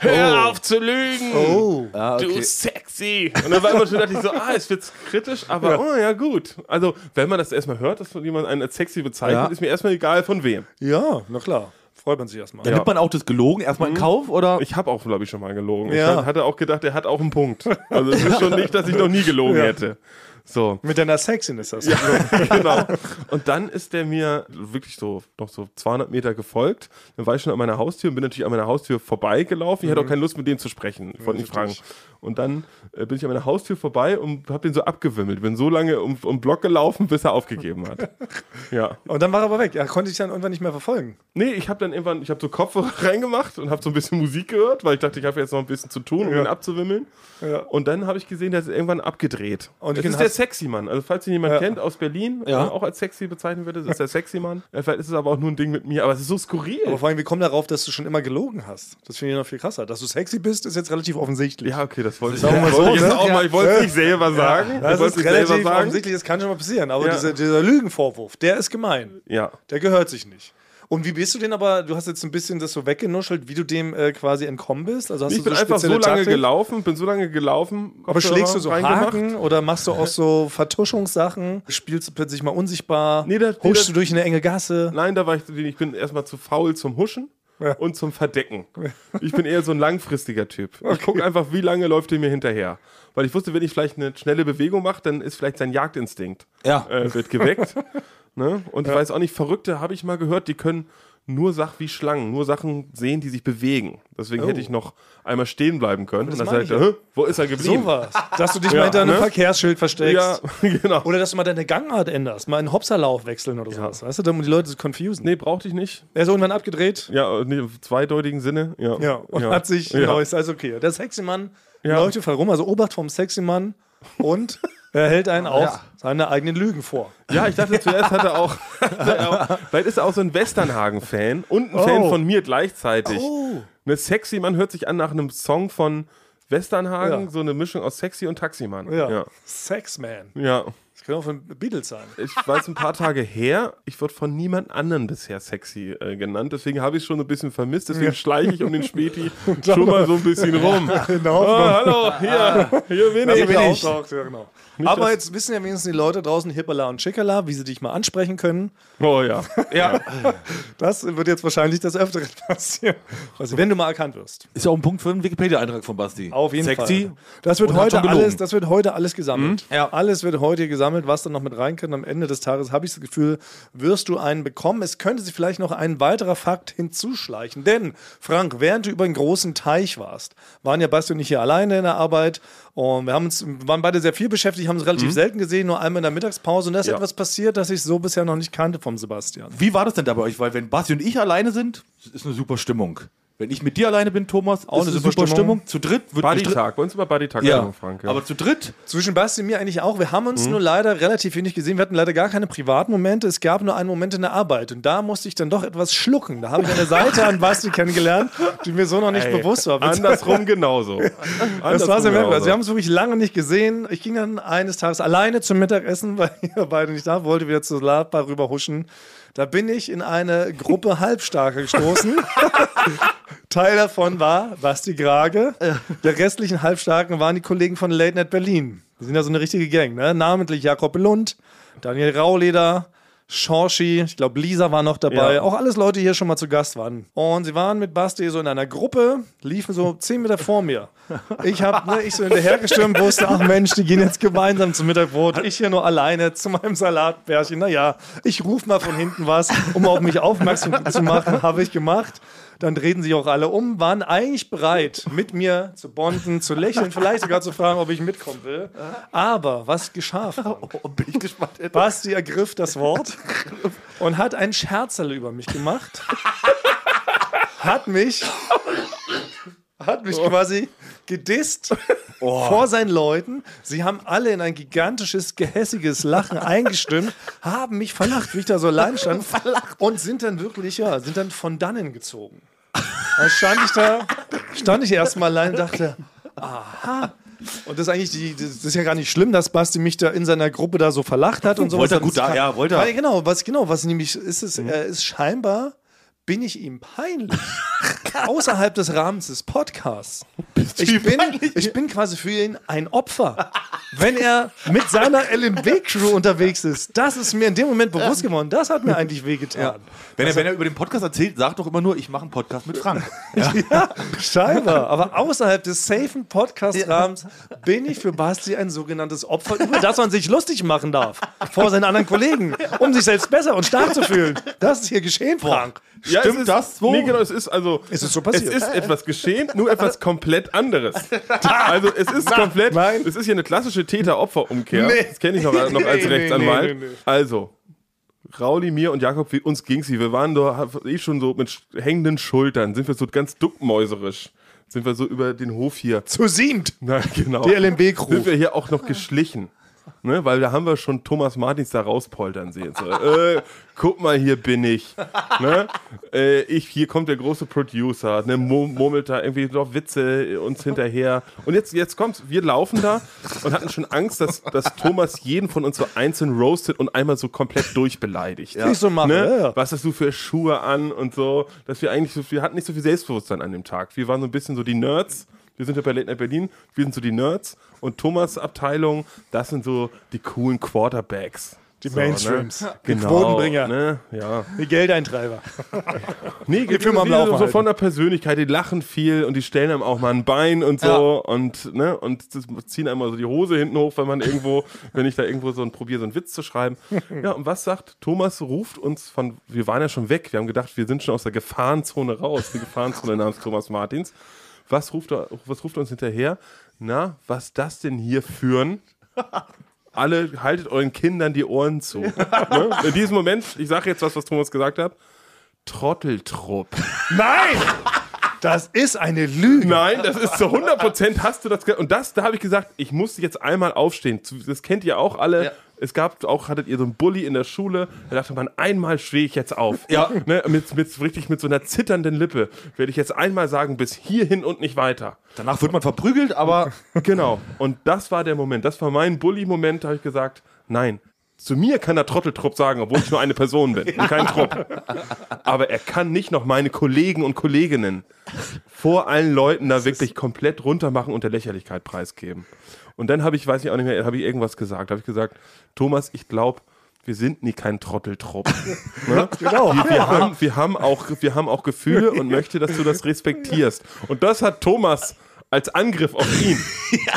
Speaker 4: Hör auf zu lügen.
Speaker 3: Oh.
Speaker 4: Du sexy. Und dann war immer schon, dachte ich so, ah, es wird kritisch, aber oh ja, gut. Also, wenn man das erstmal hört, dass jemand einen als sexy bezeichnet,
Speaker 2: Ja.
Speaker 4: ist mir erstmal egal von wem.
Speaker 3: Ja, na klar. Freut man sich erstmal.
Speaker 2: Nimmt man auch das Gelogen erstmal in Kauf oder?
Speaker 4: Ich habe auch, glaube ich, schon mal gelogen.
Speaker 3: Ja.
Speaker 4: Ich hatte auch gedacht, er hat auch einen Punkt. Also es ist schon nicht, dass ich noch nie gelogen
Speaker 3: Ja.
Speaker 4: hätte. So,
Speaker 3: Mit deiner Sexiness hast du.
Speaker 4: genau. Und dann ist der mir wirklich so noch so 200 Meter gefolgt. Dann war ich schon an meiner Haustür und bin natürlich an meiner Haustür vorbeigelaufen. Ich
Speaker 3: Mhm.
Speaker 4: hatte auch keine Lust, mit dem zu sprechen. Ich wollte nicht fragen. Und dann äh, bin ich an meiner Haustür vorbei und habe den so abgewimmelt. Bin so lange um, um den Block gelaufen, bis er
Speaker 3: [LAUGHS]
Speaker 4: aufgegeben hat. ja.
Speaker 3: Und dann war er aber weg. Er konnte dich dann irgendwann nicht mehr verfolgen.
Speaker 4: Nee, ich habe dann irgendwann, ich habe so Kopfhörer [LAUGHS] reingemacht und habe so ein bisschen Musik gehört, weil ich dachte, ich habe jetzt noch ein bisschen zu tun, um ihn abzuwimmeln. Und dann habe ich gesehen, der ist irgendwann abgedreht.
Speaker 3: Und
Speaker 4: Und
Speaker 3: den
Speaker 4: das ist der
Speaker 3: hast-
Speaker 4: Sexy-Mann. Also falls ihn jemand
Speaker 3: Ja.
Speaker 4: kennt aus Berlin,
Speaker 2: Ja.
Speaker 4: äh, auch als sexy bezeichnen würde, ist der Oh, Sexy-Mann. Äh, [LAUGHS] Vielleicht ist es aber auch nur ein Ding mit mir, aber es ist so skurril.
Speaker 3: Aber vor allem, wir kommen darauf, dass du schon immer gelogen hast. Das finde ich noch viel krasser. Dass du sexy bist, ist jetzt relativ offensichtlich.
Speaker 4: ja, okay, das wollte ich,
Speaker 3: auch mal
Speaker 4: wollte
Speaker 3: so,
Speaker 4: ich
Speaker 3: ne?
Speaker 4: jetzt auch mal. Ich wollte es nicht selber sagen.
Speaker 3: Das
Speaker 4: ich wollte
Speaker 3: ist
Speaker 4: es nicht selber
Speaker 3: relativ
Speaker 4: sagen.
Speaker 3: offensichtlich, das kann schon mal passieren. Aber
Speaker 4: Ja.
Speaker 3: dieser, dieser Lügenvorwurf, der ist gemein.
Speaker 4: Ja.
Speaker 3: Der gehört sich nicht. Und wie bist du denn aber, du hast jetzt ein bisschen das so weggenuschelt, wie du dem äh, quasi entkommen bist? Also hast
Speaker 4: Ich
Speaker 3: du
Speaker 4: bin einfach so
Speaker 3: spezielle
Speaker 4: lange
Speaker 3: Taktik?
Speaker 4: gelaufen, bin so lange gelaufen.
Speaker 3: Aber schlägst du so
Speaker 4: reingemacht.
Speaker 3: Haken oder machst du auch so Vertuschungssachen? Spielst du plötzlich mal unsichtbar?
Speaker 4: Nee, das- nee,
Speaker 3: Huschst
Speaker 4: das-
Speaker 3: du durch eine enge Gasse?
Speaker 4: Nein, da war ich, ich bin erstmal zu faul zum Huschen
Speaker 3: Ja.
Speaker 4: und zum Verdecken. Ich bin eher so ein langfristiger Typ. Ich gucke einfach, wie lange läuft der mir hinterher. Weil ich wusste, wenn ich vielleicht eine schnelle Bewegung mache, dann ist vielleicht sein Jagdinstinkt
Speaker 2: Ja.
Speaker 4: äh,
Speaker 3: [LAUGHS]
Speaker 4: wird geweckt. ne? Und ich weiß auch nicht, Verrückte habe ich mal gehört, die können nur Sachen wie Schlangen, nur Sachen sehen, die sich bewegen. Deswegen hätte ich noch einmal stehen bleiben können. Und
Speaker 3: Oh. das
Speaker 4: dann
Speaker 3: meine
Speaker 4: sagt er, "Hä? wo ist er geblieben?
Speaker 3: So was. Dass du dich mal hinter einem
Speaker 4: ne?
Speaker 3: Verkehrsschild versteckst.
Speaker 4: ja, [LAUGHS] genau.
Speaker 3: Oder dass du mal deine Gangart änderst, mal einen Hopserlauf wechseln oder sowas. Weißt du, um die Leute zu confusen.
Speaker 4: Nee, brauchte ich nicht.
Speaker 3: Er ist irgendwann abgedreht.
Speaker 4: Ja, äh, nee, im zweideutigen Sinne. Ja,
Speaker 3: Ja, und hat sich
Speaker 4: Ja.
Speaker 3: neues. Also okay, der Sexy-Mann
Speaker 4: Ja.
Speaker 3: läuft voll rum, also Obacht vom Sexy-Mann
Speaker 4: [LAUGHS]
Speaker 3: und er hält einen auch seine eigenen Lügen vor.
Speaker 4: Ja, ich dachte zuerst hat er auch. [LAUGHS] Hat er auch vielleicht ist er auch so ein Westernhagen-Fan und ein Fan von mir gleichzeitig. Eine sexy Mann hört sich an nach einem Song von Westernhagen,
Speaker 3: Ja.
Speaker 4: so eine Mischung aus Sexy und Taximann.
Speaker 3: Ja.
Speaker 4: ja.
Speaker 3: Sexman.
Speaker 4: Ja.
Speaker 3: Das könnte auch von Beatles sein.
Speaker 4: Ich weiß ein paar Tage her, ich wurde von niemand anderem bisher sexy äh, genannt, deswegen habe ich schon ein bisschen vermisst, deswegen schleiche ich um den Späti schon mal so ein bisschen rum.
Speaker 3: Genau.
Speaker 4: Oh, hallo, hier, hier bin
Speaker 3: Also
Speaker 4: ich.
Speaker 3: Aber jetzt wissen ja wenigstens die Leute draußen, Hippala und Schickala, wie sie dich mal ansprechen können.
Speaker 4: Oh ja. ja.
Speaker 3: [LAUGHS] Das wird jetzt wahrscheinlich des Öfteren [LAUGHS] passieren. Also, wenn du mal erkannt wirst.
Speaker 2: Ist ja auch ein Punkt für einen Wikipedia-Eintrag von Basti.
Speaker 3: Auf jeden
Speaker 2: Sexy.
Speaker 3: Fall. Das wird,
Speaker 2: Und hat
Speaker 3: heute
Speaker 2: schon gelogen. Mhm.
Speaker 3: alles, das wird heute alles gesammelt.
Speaker 2: Ja.
Speaker 3: Alles wird heute gesammelt, was dann noch mit rein kann. Am Ende des Tages habe ich das Gefühl, wirst du einen bekommen. Es könnte sich vielleicht noch ein weiterer Fakt hinzuschleichen. Denn, Frank, während du über den großen Teich warst, waren ja Basti und ich hier alleine in der Arbeit. Und wir haben uns, waren beide sehr viel beschäftigt, haben uns relativ
Speaker 2: Mhm.
Speaker 3: selten gesehen, nur einmal in der Mittagspause. Und da ist
Speaker 4: Ja.
Speaker 3: etwas passiert, das ich so bisher noch nicht kannte vom Sebastian.
Speaker 2: Wie war das denn da bei euch? Weil wenn Basti und ich alleine sind, ist eine super Stimmung. Wenn ich mit dir alleine bin, Thomas, auch
Speaker 3: eine super Stimmung.
Speaker 2: Zu dritt wird gestritten.
Speaker 4: Buddy-Tag, bei uns immer Buddy-Tag,
Speaker 2: Ja.
Speaker 4: sagen, Frank.
Speaker 2: aber zu dritt.
Speaker 3: Zwischen Basti und mir eigentlich auch. Wir haben uns nur leider relativ wenig gesehen. Wir hatten leider gar keine privaten Momente. Es gab nur einen Moment in der Arbeit. Und da musste ich dann doch etwas schlucken. Da habe ich eine Seite an Basti kennengelernt, die mir so noch nicht bewusst war.
Speaker 4: Andersrum
Speaker 3: [LAUGHS]
Speaker 4: genauso.
Speaker 3: Das war sehr
Speaker 4: Andersrum
Speaker 3: merkwürdig.
Speaker 4: genauso.
Speaker 3: Also wir haben uns wirklich lange nicht gesehen. Ich ging dann eines Tages alleine zum Mittagessen, [LAUGHS] weil ihr beide nicht da wart, wollte wieder zur Solarbar rüber huschen. Da bin ich in eine Gruppe Halbstarke gestoßen. Teil davon war Basti Grage. Der restlichen Halbstarken waren die Kollegen von Late Night Berlin. Die sind ja so eine richtige Gang, ne? Namentlich Jakob Belund, Daniel Rauleder, Shorshi, ich glaube Lisa war noch dabei.
Speaker 4: Ja.
Speaker 3: Auch alles Leute, die hier schon mal zu Gast waren. Und sie waren mit Basti so in einer Gruppe, liefen so zehn Meter vor mir. Ich hab, ne, ich so hinterhergestürmt, wusste, ach Mensch, die gehen jetzt gemeinsam zum Mittagbrot. Ich hier nur alleine zu meinem Salatbärchen. Naja, ich rufe mal von hinten was, um auf mich aufmerksam zu machen, habe ich gemacht. dann drehten sich auch alle um, waren eigentlich bereit, mit mir zu bonden, zu lächeln, vielleicht sogar zu fragen, ob ich mitkommen will. Aber was geschah? Frank?
Speaker 2: [LAUGHS] Oh, bin ich gespannt. Ey.
Speaker 3: Basti ergriff das Wort und hat einen Scherzerl über mich gemacht. hat mich, hat
Speaker 2: Oh.
Speaker 3: mich quasi gedisst vor seinen Leuten. Sie haben alle in ein gigantisches, gehässiges Lachen eingestimmt, haben mich verlacht, wie ich
Speaker 2: [LAUGHS]
Speaker 3: da so allein stand. Und sind dann wirklich, ja, sind dann von dannen gezogen. Dann stand ich da, stand ich erstmal allein und dachte, aha. Und das ist eigentlich, die, das ist ja gar nicht schlimm, dass Basti mich da in seiner Gruppe da so verlacht hat und so.
Speaker 2: Wollte er gut da- ja, wollte er. Mhm.
Speaker 3: Weil Genau, was genau, was nämlich ist es, äh, ist scheinbar bin ich ihm
Speaker 2: [LAUGHS]
Speaker 3: peinlich. Außerhalb des Rahmens des Podcasts. Ich bin, ich bin quasi für ihn ein Opfer. Wenn er mit seiner LMW-Crew unterwegs ist, das ist mir in dem Moment bewusst geworden. Das hat mir eigentlich wehgetan.
Speaker 2: Wenn er, wenn er über den Podcast erzählt, sagt doch immer nur, ich mache einen Podcast mit [LAUGHS] Frank. Ja.
Speaker 3: [LAUGHS] Scheinbar. Aber außerhalb des safen Podcast-Rahmens bin ich für Basti ein sogenanntes Opfer, über das man sich lustig machen darf. Vor seinen anderen Kollegen. Um sich selbst besser und stark zu fühlen. Das ist hier geschehen, Frank.
Speaker 4: Ja,
Speaker 2: Stimmt
Speaker 4: es ist,
Speaker 2: das so?
Speaker 4: Nee, genau, es ist also.
Speaker 3: Es ist so passiert.
Speaker 4: Es ist etwas geschehen, nur etwas komplett anderes. Also, es ist komplett.
Speaker 3: nein.
Speaker 4: Es ist hier eine klassische Täter-Opfer-Umkehr.
Speaker 3: Nee.
Speaker 4: Das kenne ich noch, noch als
Speaker 3: Nee, nee,
Speaker 4: Rechtsanwalt.
Speaker 3: nee, nee, nee.
Speaker 4: Also, Rauli, mir und Jakob, wie uns ging's wie. Wir waren da eh schon so mit sch- hängenden Schultern, sind wir so ganz duckmäuserisch. Sind wir so über den Hof hier. [LAUGHS]
Speaker 3: Zu siebt.
Speaker 4: Na, genau.
Speaker 3: Die LMB-Crew.
Speaker 4: Sind wir hier auch noch geschlichen. Ne, weil da haben wir schon Thomas Martins da rauspoltern sehen. So, äh, guck mal, hier bin ich. Ne? Äh, ich. Hier kommt der große Producer, ne, mur- murmelt da irgendwie noch Witze uns hinterher. Und jetzt, jetzt kommt's, wir laufen da und hatten schon Angst, dass, dass Thomas jeden von uns so einzeln roastet und einmal so komplett durchbeleidigt. Ne?
Speaker 3: Nicht so machen, ja, ja.
Speaker 4: Was hast du für Schuhe an und so, dass wir eigentlich so, wir hatten nicht so viel Selbstbewusstsein an dem Tag. Wir waren so ein bisschen so die Nerds. Wir sind ja bei Late Night Berlin, wir sind so die Nerds und Thomas Abteilung, das sind so die coolen Quarterbacks.
Speaker 3: Die
Speaker 4: so,
Speaker 3: Mainstreams.
Speaker 4: ne?
Speaker 3: Die
Speaker 4: genau,
Speaker 3: Quotenbringer.
Speaker 4: Ne? Ja.
Speaker 3: Die Geldeintreiber.
Speaker 4: Nee, die
Speaker 3: Firma am Laufen
Speaker 4: so, so
Speaker 3: halten.
Speaker 4: von der Persönlichkeit, die lachen viel und die stellen einem auch mal ein Bein und so und ne und das ziehen einmal so die Hose hinten hoch, wenn man irgendwo, [LAUGHS] wenn ich da irgendwo so ein probiere so einen Witz zu schreiben. Ja, und was sagt Thomas ruft uns von wir waren ja schon weg, wir haben gedacht, wir sind schon aus der Gefahrenzone raus, die Gefahrenzone [LAUGHS] namens Thomas Martins. Was ruft er was ruft er uns hinterher? Na, was das denn hier führen? Alle haltet euren Kindern die Ohren zu. ne? In diesem Moment, ich sage jetzt was, was Thomas gesagt hat. Trotteltrupp.
Speaker 3: Nein! Das ist eine Lüge.
Speaker 4: Nein, das ist zu 100% hast du das ge- und das da habe ich gesagt, ich muss jetzt einmal aufstehen. Zu- Das kennt ihr auch alle.
Speaker 2: Ja.
Speaker 4: Es gab auch hattet ihr so einen Bulli in der Schule, da dachte man einmal stehe ich jetzt auf.
Speaker 2: Ja.
Speaker 4: Ne, mit, mit richtig mit so einer zitternden Lippe werde ich jetzt einmal sagen bis hierhin und nicht weiter.
Speaker 2: Danach wird man verprügelt, aber [LAUGHS]
Speaker 4: Genau. Und das war der Moment, das war mein Bulli Moment, da habe ich gesagt, nein. Zu mir kann der Trotteltrupp sagen, obwohl ich nur eine Person bin und kein Trupp. Aber er kann nicht noch meine Kollegen und Kolleginnen vor allen Leuten da wirklich komplett runtermachen und der Lächerlichkeit preisgeben. Und dann habe ich, weiß ich auch nicht mehr, habe ich irgendwas gesagt. Habe ich gesagt, Thomas, ich glaube, wir sind nie
Speaker 3: [LAUGHS]
Speaker 4: kein Trotteltrupp. ne?
Speaker 3: Genau.
Speaker 4: wir, wir, haben, wir, haben auch, wir haben auch Gefühle und möchte, dass du das respektierst. Und das hat Thomas als Angriff auf
Speaker 3: [LAUGHS]
Speaker 4: ihn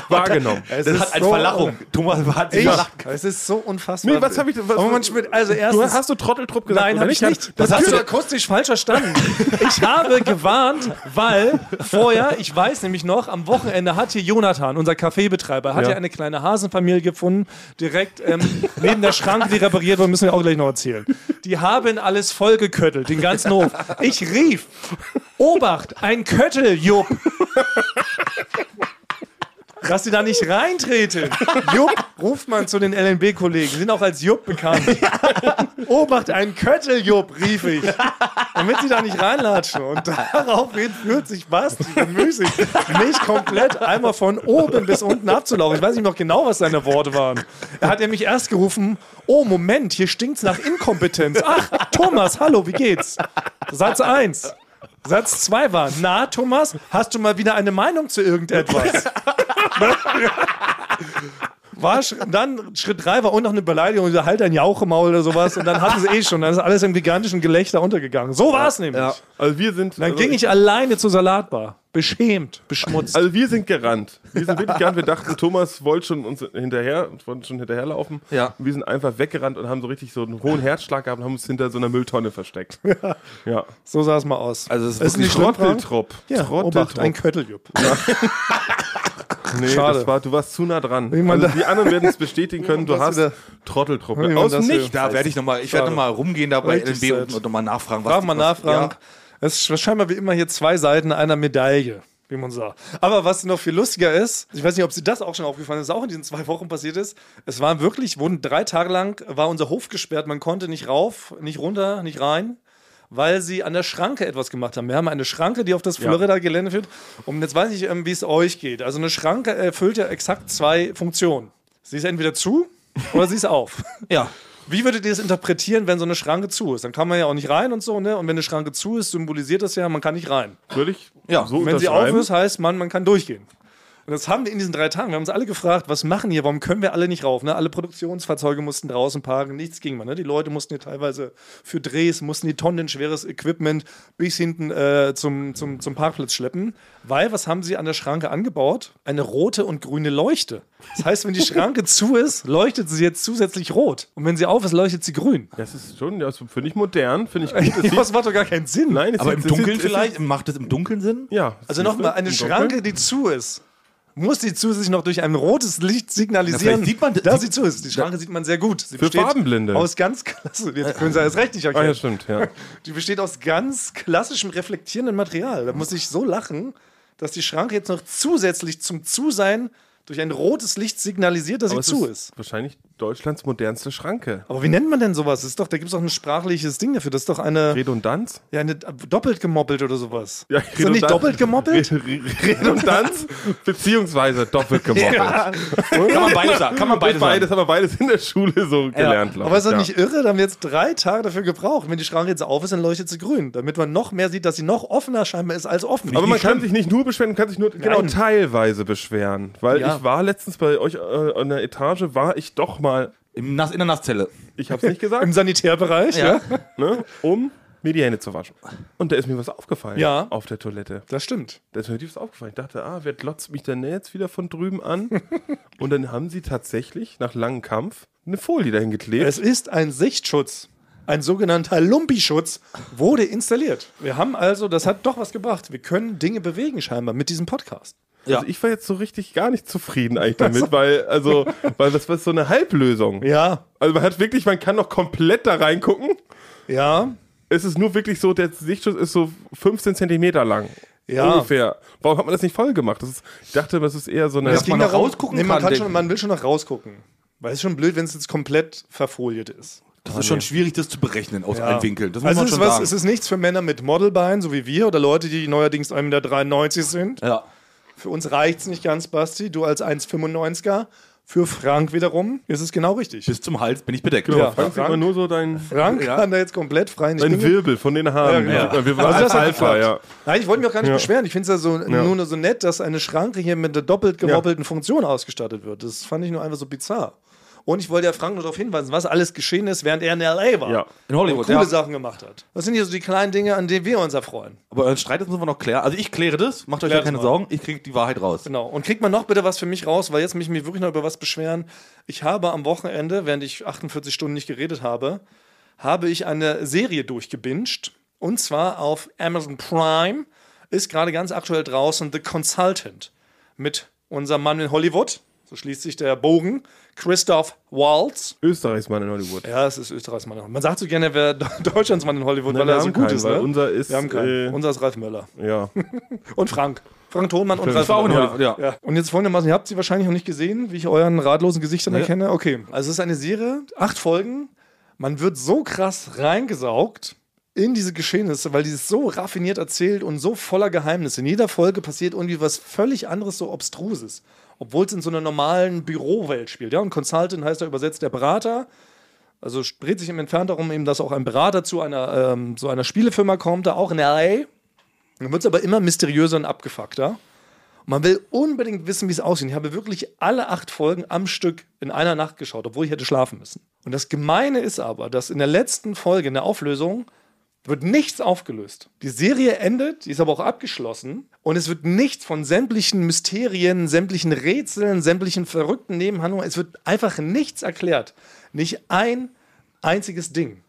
Speaker 4: wahrgenommen.
Speaker 3: Es
Speaker 2: das
Speaker 3: ist
Speaker 2: hat als
Speaker 3: so-
Speaker 2: Verlachung. Thomas hat sich
Speaker 3: Ich,
Speaker 2: verlacht.
Speaker 3: Es ist so unfassbar.
Speaker 4: Nee, was habe ich was,
Speaker 3: Aber man spielt, also
Speaker 4: du,
Speaker 3: erstens.
Speaker 4: hast du Trotteltrupp gesagt?
Speaker 3: Nein,
Speaker 4: oder
Speaker 3: habe ich nicht.
Speaker 4: Das
Speaker 3: hast
Speaker 4: hast
Speaker 3: du
Speaker 4: du
Speaker 3: akustisch falsch verstanden. [LAUGHS] Ich habe gewarnt, weil vorher, ich weiß nämlich noch, am Wochenende hat hier Jonathan, unser Kaffeebetreiber, hat
Speaker 4: Ja.
Speaker 3: ja, eine kleine Hasenfamilie gefunden, direkt ähm, neben der Schranke, die repariert wurde, müssen wir auch gleich noch erzählen. Die haben alles vollgeköttelt, den ganzen Hof. Ich rief, Obacht, ein Kötteljupp. Dass sie da nicht reintreten. Jupp ruft man zu den LNB-Kollegen, sind auch als Jupp bekannt. Obacht, ein Oh, Kötteljupp, rief ich. Damit sie da nicht reinlatschen. Und daraufhin fühlt sich Basti bemüßigt, mich komplett einmal von oben bis unten abzulaufen. Ich weiß nicht noch genau, was seine Worte waren. Er hat nämlich erst gerufen, oh Moment, hier stinkt's nach Inkompetenz. Ach, Thomas, hallo, wie geht's? Satz 1. Satz 2 war, na Thomas, hast du mal wieder eine Meinung zu irgendetwas? War sch dann Schritt drei war auch noch eine Beleidigung, dieser halt ein Jauchemaul oder sowas. Und dann hatten sie eh schon, dann ist alles im gigantischen Gelächter untergegangen. So war es nämlich.
Speaker 4: Also wir sind.
Speaker 3: Dann
Speaker 4: also
Speaker 3: ging ich alleine zur Salatbar. beschämt, beschmutzt.
Speaker 4: Also wir sind gerannt. Wir sind
Speaker 3: [LAUGHS]
Speaker 4: wirklich gerannt. Wir dachten, Thomas wollte schon uns hinterher, wollte schon hinterherlaufen.
Speaker 2: Ja.
Speaker 4: Und wir sind einfach weggerannt und haben so richtig so einen hohen Herzschlag gehabt und haben uns hinter so einer Mülltonne versteckt. ja.
Speaker 3: so sah es mal aus.
Speaker 2: Also es ist
Speaker 3: ist
Speaker 2: wirklich
Speaker 3: nicht schlimm, Frank?
Speaker 4: Trotteltrop.
Speaker 3: Ja, Obacht, ein Kötteljupp.
Speaker 4: Nee,
Speaker 3: Schade.
Speaker 4: Das war, du warst zu nah dran.
Speaker 3: Wie man
Speaker 4: Also
Speaker 3: da-
Speaker 4: die anderen werden
Speaker 3: [LAUGHS]
Speaker 4: es bestätigen können, du
Speaker 3: man das
Speaker 4: hast
Speaker 3: wieder-
Speaker 4: Trotteltruppe.
Speaker 3: wie man
Speaker 4: Aus
Speaker 3: das
Speaker 4: dem
Speaker 3: will.
Speaker 4: Nichts.
Speaker 2: Da werde ich nochmal, ich werde nochmal rumgehen da bei
Speaker 3: Richtig
Speaker 2: LNB und,
Speaker 3: sad.
Speaker 2: und nochmal nachfragen, was
Speaker 3: Frag
Speaker 2: die-
Speaker 3: mal nach,
Speaker 2: was-
Speaker 3: Frank. Es ist scheinbar wie immer hier zwei Seiten einer Medaille, wie man sagt. Aber was noch viel lustiger ist, ich weiß nicht, ob Sie das auch schon aufgefallen ist, was auch in diesen zwei Wochen passiert ist. Es waren wirklich, wurden drei Tage lang, war unser Hof gesperrt. Man konnte nicht rauf, nicht runter, nicht rein. Weil sie an der Schranke etwas gemacht haben. Wir haben eine Schranke, die auf das Florida-Gelände führt. Und jetzt weiß ich, ähm, wie es euch geht. Also eine Schranke erfüllt ja exakt zwei Funktionen. Sie ist entweder zu oder sie ist auf.
Speaker 2: Ja.
Speaker 3: Wie würdet ihr das interpretieren, wenn so eine Schranke zu ist? Dann kann man ja auch nicht rein und so, ne? Und wenn eine Schranke zu ist, symbolisiert das ja, man kann nicht rein.
Speaker 4: Ja. Würde ich
Speaker 2: Ja,
Speaker 4: so
Speaker 3: Wenn sie auf
Speaker 4: unterschreiben.
Speaker 3: ist, heißt man, man kann durchgehen. Und das haben wir in diesen drei Tagen. Wir haben uns alle gefragt, was machen hier? Warum können wir alle nicht rauf? Ne? Alle Produktionsfahrzeuge mussten draußen parken, nichts ging mehr. Ne? Die Leute mussten hier teilweise für Drehs, mussten die Tonnen schweres Equipment bis hinten äh, zum, zum, zum Parkplatz schleppen. Weil, was haben sie an der Schranke angebaut? Eine rote und grüne Leuchte. Das heißt, wenn die Schranke [LAUGHS] zu ist, leuchtet sie jetzt zusätzlich rot. Und wenn sie auf ist, leuchtet sie grün.
Speaker 4: Das ist schon, das finde ich modern, finde ich gut.
Speaker 3: [LAUGHS]
Speaker 4: Es
Speaker 3: Ja,
Speaker 4: sieht-
Speaker 3: das macht doch gar keinen Sinn.
Speaker 4: Nein, es
Speaker 2: Aber im
Speaker 4: sieht- es sieht-
Speaker 2: Dunkeln
Speaker 4: es sieht-
Speaker 2: vielleicht? Macht es im Dunkeln Sinn?
Speaker 4: Ja.
Speaker 3: Also nochmal, eine
Speaker 4: Im
Speaker 3: Schranke,
Speaker 4: Dunkeln.
Speaker 3: die zu ist, muss die zusätzlich noch durch ein rotes Licht signalisieren,
Speaker 2: Na, vielleicht sieht man-
Speaker 3: dass sie zu ist. Die Schranke sieht man sehr gut. Sie
Speaker 4: Für Farbenblinde.
Speaker 3: Aus ganz klasse, jetzt können Sie das recht nicht
Speaker 4: Ah ja,
Speaker 3: erkennen.
Speaker 4: stimmt,
Speaker 3: [LAUGHS]
Speaker 4: ja.
Speaker 3: Die besteht aus ganz klassischem reflektierendem Material. Da muss ich so lachen, dass die Schranke jetzt noch zusätzlich zum Zusein durch ein rotes Licht signalisiert, dass
Speaker 4: Aber es
Speaker 3: sie zu ist.
Speaker 4: wahrscheinlich Deutschlands modernste Schranke.
Speaker 3: Aber wie nennt man denn sowas? Das ist doch, da gibt es doch ein sprachliches Ding dafür. Das ist doch eine,
Speaker 4: Redundanz?
Speaker 3: ja, eine doppelt gemoppelt oder sowas.
Speaker 4: Ja,
Speaker 3: ist das nicht
Speaker 4: Redundanz-
Speaker 3: doppelt gemoppelt?
Speaker 4: Re- Re- Redundanz [LAUGHS] beziehungsweise doppelt gemoppelt.
Speaker 2: Kann man beides sagen. Kann man beides
Speaker 4: Beides
Speaker 2: sagen.
Speaker 4: haben wir beides in der Schule so gelernt. glaub
Speaker 3: Aber ist das
Speaker 4: ich,
Speaker 3: nicht irre? Da haben wir jetzt drei Tage dafür gebraucht. Wenn die Schranke jetzt auf ist, dann leuchtet sie grün. Damit man noch mehr sieht, dass sie noch offener scheinbar ist als offen.
Speaker 4: Aber man kann sich nicht nur beschweren, man kann sich nur genau teilweise beschweren. Weil
Speaker 3: Ja.
Speaker 4: ich war letztens bei euch äh, an der Etage, war ich doch mal,
Speaker 2: Im Nass, in der Nasszelle.
Speaker 4: ich hab's nicht gesagt,
Speaker 3: Im Sanitärbereich, ja.
Speaker 4: ne, um mir die Hände zu waschen. Und da ist mir was aufgefallen
Speaker 3: Ja.
Speaker 4: auf der Toilette.
Speaker 3: Das stimmt.
Speaker 4: Da ist mir wirklich was aufgefallen. Ich dachte, ah, wer glotzt mich denn jetzt wieder von drüben an?
Speaker 3: [LAUGHS]
Speaker 4: Und dann haben sie tatsächlich nach langem Kampf eine Folie dahin geklebt.
Speaker 3: Es ist ein Sichtschutz. Ein sogenannter Lumpi-Schutz wurde installiert. Wir haben also, das hat doch was gebracht. Wir können Dinge bewegen scheinbar mit diesem Podcast.
Speaker 2: Ja.
Speaker 4: Also ich war jetzt so richtig gar nicht zufrieden
Speaker 3: [LAUGHS]
Speaker 4: eigentlich damit, weil, also, weil das war so eine Halblösung.
Speaker 3: Ja,
Speaker 4: Also man hat wirklich, man kann noch komplett da reingucken.
Speaker 3: ja.
Speaker 4: Es ist nur wirklich so, der Sichtschutz ist so 15 Zentimeter lang.
Speaker 3: Ja.
Speaker 4: Ungefähr. Warum hat man das nicht voll gemacht? Das ist, ich dachte, das ist eher so eine.
Speaker 3: Es
Speaker 2: man noch rausgucken
Speaker 3: nee, man,
Speaker 2: kann,
Speaker 3: kann
Speaker 2: denken.
Speaker 3: schon, man will schon noch rausgucken. Weil es ist schon blöd, wenn es jetzt komplett verfoliert ist.
Speaker 2: Das ist schon schwierig, das zu berechnen aus
Speaker 3: Ja.
Speaker 2: allen Winkeln. Das muss
Speaker 3: also
Speaker 2: man
Speaker 3: es ist
Speaker 2: schon
Speaker 3: was,
Speaker 2: sagen.
Speaker 3: Es ist nichts für Männer mit Modelbein, so wie wir, oder Leute, die neuerdings 1,93 Meter sind.
Speaker 2: ja.
Speaker 3: Für uns reicht es nicht ganz, Basti. Du als 1,95er. Für Frank wiederum ist es genau richtig.
Speaker 2: Bis zum Hals bin ich bedeckt.
Speaker 4: Genau,
Speaker 3: Ja.
Speaker 4: Frank sieht man nur so dein,
Speaker 3: Frank
Speaker 2: Ja.
Speaker 3: kann da jetzt komplett frei nicht
Speaker 4: dein Wirbel von den Haaren.
Speaker 3: Ja,
Speaker 4: Ja,
Speaker 2: genau.
Speaker 4: Wirbel
Speaker 3: Also das hat
Speaker 4: Alpha, ja.
Speaker 3: geklappt. Nein, ich wollte mich auch gar nicht
Speaker 4: Ja.
Speaker 3: beschweren. Ich finde es ja, so, nur nur so nett, dass eine Schranke hier mit der doppelt gemoppelten Funktion ausgestattet wird. Das fand ich nur einfach so bizarr. Und ich wollte ja Frank nur darauf hinweisen, was alles geschehen ist, während er in L.A. war.
Speaker 4: Ja.
Speaker 2: In Hollywood,
Speaker 3: Und
Speaker 2: ja.
Speaker 3: coole Sachen gemacht hat. Das sind hier so die kleinen Dinge, an denen wir uns erfreuen.
Speaker 2: Aber euren Streit das müssen wir noch klären. Also ich kläre das, macht euch
Speaker 3: Klär
Speaker 2: ja keine
Speaker 3: das mal.
Speaker 2: Sorgen, ich kriege die Wahrheit raus.
Speaker 3: Genau. Und kriegt man noch bitte was für mich raus, weil jetzt mich mich wirklich noch über was beschweren. Ich habe am Wochenende, während ich 48 Stunden nicht geredet habe, habe ich eine Serie durchgebinged. Und zwar auf Amazon Prime ist gerade ganz aktuell draußen The Consultant mit unserem Mann in Hollywood. So schließt sich der Bogen. Christoph Waltz.
Speaker 4: Österreichs Mann in Hollywood.
Speaker 3: Ja, es ist Österreichs Mann. in Hollywood. Man sagt so gerne, wer [LAUGHS] Deutschlands Mann in Hollywood,
Speaker 4: Nein,
Speaker 3: weil er
Speaker 4: wir
Speaker 3: so
Speaker 4: haben
Speaker 3: gut
Speaker 4: keinen,
Speaker 3: ist.
Speaker 4: weil
Speaker 3: Ne?
Speaker 4: unser ist,
Speaker 3: wir haben keinen.
Speaker 4: äh,
Speaker 3: unser ist Ralf Möller.
Speaker 4: Ja.
Speaker 3: Und Frank. Frank Thomann und Ralf
Speaker 4: Das war auch in
Speaker 3: Möller.
Speaker 4: Hollywood,
Speaker 2: ja.
Speaker 3: Ja. Und jetzt folgendermaßen, ihr habt sie wahrscheinlich noch nicht gesehen, wie ich euren ratlosen Gesichtern
Speaker 2: Nee.
Speaker 3: erkenne. Okay, also es ist eine Serie, acht Folgen. Man wird so krass reingesaugt in diese Geschehnisse, weil die ist so raffiniert erzählt und so voller Geheimnisse. In jeder Folge passiert irgendwie was völlig anderes, so Obstruses. Obwohl es in so einer normalen Bürowelt spielt. Ja? Und Consultant heißt da übersetzt der Berater. Also es dreht sich im Entfernt darum, eben, dass auch ein Berater zu einer, ähm, so einer Spielefirma kommt, da auch in L.A. Dann wird es aber immer mysteriöser und abgefuckter. Man will unbedingt wissen, wie es aussieht. Ich habe wirklich alle acht Folgen am Stück in einer Nacht geschaut, obwohl ich hätte schlafen müssen. Und das Gemeine ist aber, dass in der letzten Folge, in der Auflösung, Wird nichts aufgelöst. Die Serie endet, die ist aber auch abgeschlossen. Und es wird nichts von sämtlichen Mysterien, sämtlichen Rätseln, sämtlichen verrückten Nebenhandlungen. Es wird einfach nichts erklärt. Nicht ein einziges Ding.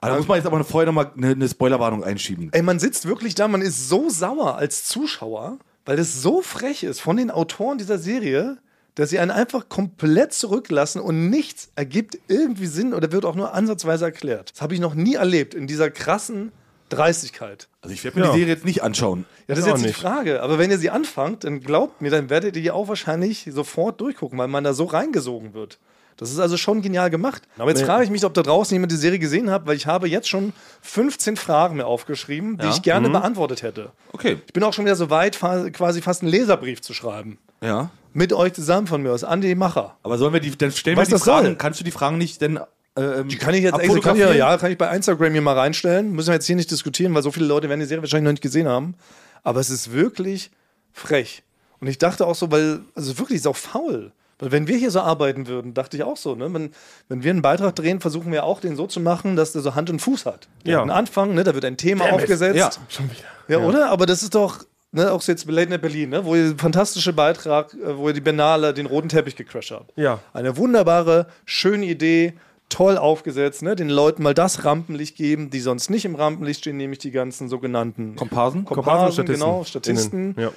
Speaker 2: Also da muss man jetzt aber eine Freude mal eine, eine Spoilerwarnung einschieben.
Speaker 3: Ey, man sitzt wirklich da, man ist so sauer als Zuschauer, weil das so frech ist von den Autoren dieser Serie, dass sie einen einfach komplett zurücklassen und nichts ergibt irgendwie Sinn oder wird auch nur ansatzweise erklärt. Das habe ich noch nie erlebt in dieser krassen Dreistigkeit.
Speaker 2: Also ich werde mir
Speaker 4: Ja.
Speaker 2: die Serie jetzt nicht anschauen.
Speaker 3: Ja, das ist
Speaker 4: Auch
Speaker 3: jetzt
Speaker 4: nicht.
Speaker 3: die Frage. Aber wenn ihr sie anfangt, dann glaubt mir, dann werdet ihr die auch wahrscheinlich sofort durchgucken, weil man da so reingesogen wird. Das ist also schon genial gemacht. Aber jetzt frage ich mich, ob da draußen jemand die Serie gesehen hat, weil ich habe jetzt schon 15 Fragen mir aufgeschrieben, die
Speaker 2: Ja.
Speaker 3: ich gerne beantwortet hätte.
Speaker 2: Okay.
Speaker 3: Ich bin auch schon wieder so weit, fa- quasi fast einen Leserbrief zu schreiben.
Speaker 2: Ja.
Speaker 3: Mit euch zusammen von mir aus. Andi Macher.
Speaker 2: Aber sollen wir die, dann stellen
Speaker 3: Was
Speaker 2: wir die
Speaker 3: das soll?
Speaker 2: Fragen, kannst du die Fragen nicht denn ähm,
Speaker 3: Die kann ich jetzt extra, kann ich,
Speaker 2: abfotografieren?
Speaker 3: ja, kann ich bei Instagram hier mal reinstellen. Müssen wir jetzt hier nicht diskutieren, weil so viele Leute werden die Serie wahrscheinlich noch nicht gesehen haben. Aber es ist wirklich frech. Und ich dachte auch so, weil, also wirklich, es ist auch faul. Weil wenn wir hier so arbeiten würden, dachte ich auch so, ne? Wenn, wenn wir einen Beitrag drehen, versuchen wir auch, den so zu machen, dass der so Hand und Fuß hat. Der
Speaker 4: Ja.
Speaker 3: hat Einen Anfang, ne? Da wird ein Thema
Speaker 4: Damn it.
Speaker 3: aufgesetzt.
Speaker 2: Ja.
Speaker 4: Schon wieder.
Speaker 3: Ja, oder? Aber das ist doch, ne, auch so jetzt Late Night Berlin, ne, wo ihr den fantastischen Beitrag, äh, wo ihr die Benale den roten Teppich gecrashed habt.
Speaker 4: Ja.
Speaker 3: Eine wunderbare, schöne Idee, toll aufgesetzt, ne, den Leuten mal das Rampenlicht geben, die sonst nicht im Rampenlicht stehen, nämlich die ganzen sogenannten
Speaker 2: Komparsen?
Speaker 3: Komparsen,
Speaker 4: Komparsenstatisten.
Speaker 3: genau, Statisten.
Speaker 4: Innen, ja.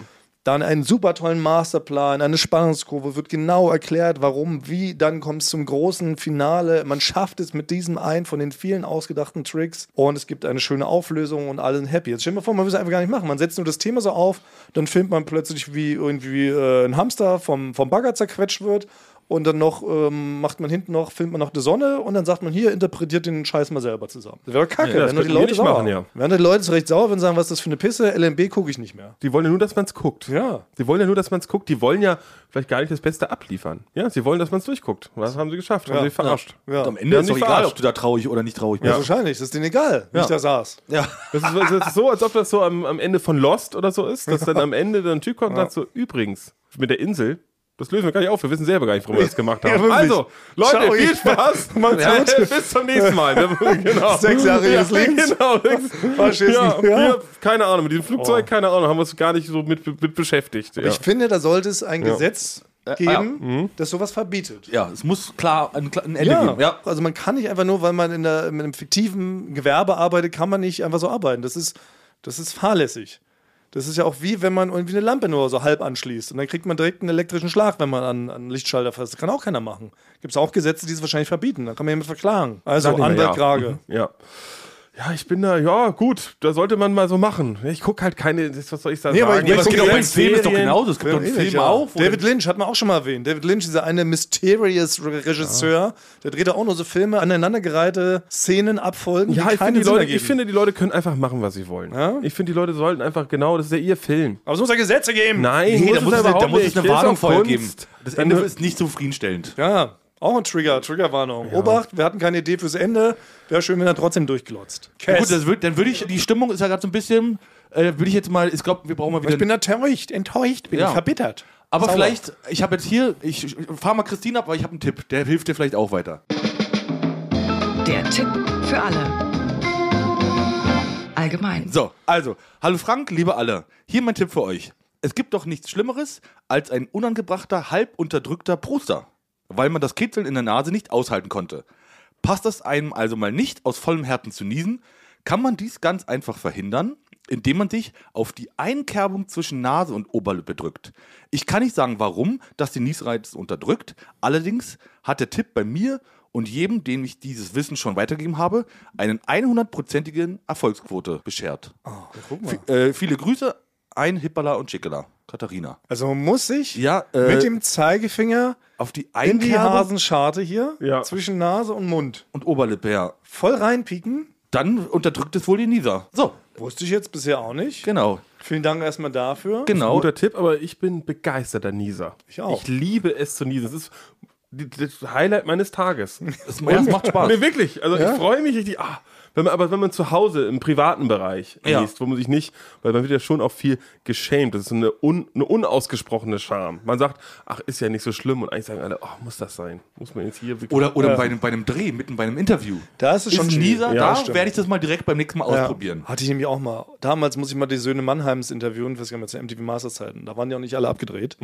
Speaker 3: Dann einen super tollen Masterplan, eine Spannungskurve, wird genau erklärt, warum, wie, dann kommt es zum großen Finale. Man schafft es mit diesem einen von den vielen ausgedachten Tricks und es gibt eine schöne Auflösung und alle sind happy. Jetzt stell dir mal vor, man muss es einfach gar nicht machen. Man setzt nur das Thema so auf, dann filmt man plötzlich, wie irgendwie äh, ein Hamster vom, vom Bagger zerquetscht wird und dann noch ähm, macht man hinten noch, filmt man noch die Sonne und dann sagt man hier, interpretiert den Scheiß mal selber zusammen. Das wäre kacke,
Speaker 4: Ja, das
Speaker 3: wenn nur die
Speaker 4: könnten wir
Speaker 3: Leute
Speaker 4: nicht
Speaker 3: sauer.
Speaker 4: machen, ja.
Speaker 3: Wenn die Leute zu Recht sauer werden und sagen, was ist das für eine Pisse, LMB gucke ich nicht mehr.
Speaker 4: Die wollen ja nur, dass man es guckt.
Speaker 3: Ja.
Speaker 4: Die wollen ja nur, dass man es guckt. Die wollen ja vielleicht gar nicht das Beste abliefern. Ja, sie wollen, dass man es durchguckt. Was haben sie geschafft? Haben sie verarscht.
Speaker 3: Ja.
Speaker 2: Und am Ende
Speaker 4: Ja,
Speaker 2: ist doch
Speaker 4: nicht
Speaker 2: egal,
Speaker 4: verarscht.
Speaker 2: ob du da traurig oder nicht traurig
Speaker 3: Ja.
Speaker 2: bist.
Speaker 3: Wahrscheinlich, das ist denen egal, wie
Speaker 2: Ja.
Speaker 3: ich da saß.
Speaker 2: Ja.
Speaker 4: Das ist, das ist so, als ob das so am, am Ende von Lost oder so ist, dass dann am Ende dann ein Typ kommt und sagt so, übrigens, mit der Insel, das lösen wir gar nicht auf, wir wissen selber gar nicht, warum
Speaker 3: [LAUGHS]
Speaker 4: wir das gemacht
Speaker 3: Ja,
Speaker 4: haben.
Speaker 3: wirklich.
Speaker 4: also, Leute,
Speaker 3: Ciao.
Speaker 4: viel Spaß.
Speaker 3: [LAUGHS] Macht's
Speaker 4: Ja,
Speaker 3: gut.
Speaker 4: [LAUGHS] Bis zum
Speaker 3: [LAUGHS]
Speaker 4: nächsten Mal. genau.
Speaker 3: Sechs Jahre ihres Lebens.
Speaker 4: Genau.
Speaker 3: [LAUGHS] Verschissen.
Speaker 4: Ja,
Speaker 3: Ja. Oh.
Speaker 4: Wir, keine Ahnung, mit dem Flugzeug, keine Ahnung, haben wir uns gar nicht so mit, mit beschäftigt. Ja.
Speaker 3: Ich finde, da sollte es ein
Speaker 4: Ja.
Speaker 3: Gesetz geben, das sowas verbietet.
Speaker 2: ja, es muss klar ein, ein Ende geben. Ja.
Speaker 3: also man kann nicht einfach nur, weil man in, der, in einem fiktiven Gewerbe arbeitet, kann man nicht einfach so arbeiten. Das ist, das ist fahrlässig. Das ist ja auch wie, wenn man irgendwie eine Lampe nur so halb anschließt und dann kriegt man direkt einen elektrischen Schlag, wenn man an, an einen Lichtschalter fasst. Das kann auch keiner machen. Gibt es auch Gesetze, die es wahrscheinlich verbieten. Dann kann man jemand verklagen. Also
Speaker 4: Sag nicht mehr,
Speaker 3: Anwalt
Speaker 4: ja.
Speaker 3: Krage.
Speaker 4: Ja. Ja, ich bin da, ja, gut, da sollte man mal so machen. Ich gucke halt keine, das- was soll ich da
Speaker 3: Nee,
Speaker 4: sagen?
Speaker 3: aber ich- genau,
Speaker 2: Aber es gibt
Speaker 3: guck
Speaker 2: auch
Speaker 3: dir
Speaker 2: beim Film ist doch
Speaker 4: Serien.
Speaker 2: genauso. Es gibt doch einen
Speaker 3: Ähnlich,
Speaker 2: Film
Speaker 3: eh ja.
Speaker 2: auch. wo
Speaker 3: David
Speaker 2: dann-
Speaker 3: Lynch hat man auch schon mal erwähnt. David Lynch, dieser eine mysterious Re- Regisseur, der dreht da auch nur so Filme, aneinandergereihte Szenen abfolgen.
Speaker 4: Ja, ich
Speaker 3: keinen
Speaker 4: finde, die
Speaker 3: Sinn
Speaker 4: Leute,
Speaker 3: ergeben.
Speaker 4: ich finde, die Leute können einfach machen, was sie wollen.
Speaker 3: Ja?
Speaker 4: Ich finde, die Leute sollten einfach genau, das ist ja ihr Film.
Speaker 3: Aber es muss ja Gesetze geben.
Speaker 4: Nein,
Speaker 2: Nee, da muss, es, da
Speaker 4: überhaupt
Speaker 2: muss es
Speaker 4: nicht.
Speaker 2: eine
Speaker 4: Das ist
Speaker 2: Warnung
Speaker 4: auch
Speaker 2: vorher geben.
Speaker 4: Kunst.
Speaker 2: Das
Speaker 4: Dann-
Speaker 2: Ende ist nicht so zufriedenstellend.
Speaker 3: Ja, auch ein Trigger, Triggerwarnung. Obacht, wir hatten keine Idee fürs Ende. Wäre schön, wenn er trotzdem durchglotzt.
Speaker 2: Ja, gut, das würd, dann würde ich, die Stimmung ist ja gerade so ein bisschen, äh, würde ich jetzt mal, ich glaube, wir brauchen mal wieder.
Speaker 3: ich bin enttäuscht, enttäuscht bin
Speaker 2: Ja.
Speaker 3: ich, verbittert.
Speaker 2: aber
Speaker 3: Sauer.
Speaker 2: vielleicht, ich habe jetzt hier, ich, ich fahr mal Christine ab, weil ich habe einen Tipp, der hilft dir vielleicht auch weiter.
Speaker 5: Der Tipp für alle. Allgemein.
Speaker 2: So, also, hallo Frank, liebe alle, hier mein Tipp für euch. Es gibt doch nichts Schlimmeres als ein unangebrachter, halb unterdrückter Pruster, weil man das Kitzeln in der Nase nicht aushalten konnte. Passt es einem also mal nicht aus vollem Herzen zu niesen, kann man dies ganz einfach verhindern, indem man sich auf die Einkerbung zwischen Nase und Oberlippe drückt. Ich kann nicht sagen, warum das den Niesreiz unterdrückt, allerdings hat der Tipp bei mir und jedem, dem ich dieses Wissen schon weitergegeben habe, einen 100-prozentigen Erfolgsquote beschert.
Speaker 3: Oh,
Speaker 2: V- äh, viele Grüße, ein Hippala und Schickela. Katharina.
Speaker 3: Also man muss sich
Speaker 2: Ja, äh,
Speaker 3: mit dem Zeigefinger
Speaker 2: Auf die
Speaker 3: in die
Speaker 2: Einkerbung
Speaker 3: Nasenscharte hier,
Speaker 4: Ja.
Speaker 3: zwischen Nase und Mund,
Speaker 2: und Oberlippe, ja.
Speaker 3: voll reinpieken.
Speaker 2: Dann unterdrückt es wohl die Nieser. So,
Speaker 3: Wusste ich jetzt bisher auch nicht.
Speaker 2: genau.
Speaker 3: Vielen Dank erstmal dafür.
Speaker 2: Genau.
Speaker 4: Guter Tipp, aber ich bin begeisterter Nieser.
Speaker 3: Ich auch.
Speaker 4: Ich liebe es zu niesen. Es ist die- das Highlight meines Tages.
Speaker 3: [LAUGHS]
Speaker 2: Das macht Spaß.
Speaker 4: Nee, wirklich. Also ich freue mich richtig. Ah, Wenn man, aber wenn man zu Hause im privaten Bereich
Speaker 2: Ja.
Speaker 4: liest, wo man sich nicht, weil man wird ja schon auch viel geschämt. Das ist so eine, un, eine unausgesprochene Scham. Man sagt, ach, ist ja nicht so schlimm. Und eigentlich sagen alle, ach, muss das sein? Muss man jetzt hier wirklich.
Speaker 2: Oder, oder bei, einem, bei einem Dreh, mitten bei einem Interview.
Speaker 3: Da ist es schon
Speaker 2: ist Nisa
Speaker 3: schwierig.
Speaker 4: Ja,
Speaker 2: da,
Speaker 4: stimmt.
Speaker 2: werde ich das mal direkt beim nächsten Mal ausprobieren.
Speaker 3: Hatte ich nämlich auch mal. Damals muss ich mal die Söhne Mannheims interviewen, was gab es MTV Masters Zeiten. Da waren die auch nicht
Speaker 2: [LAUGHS]
Speaker 3: alle abgedreht.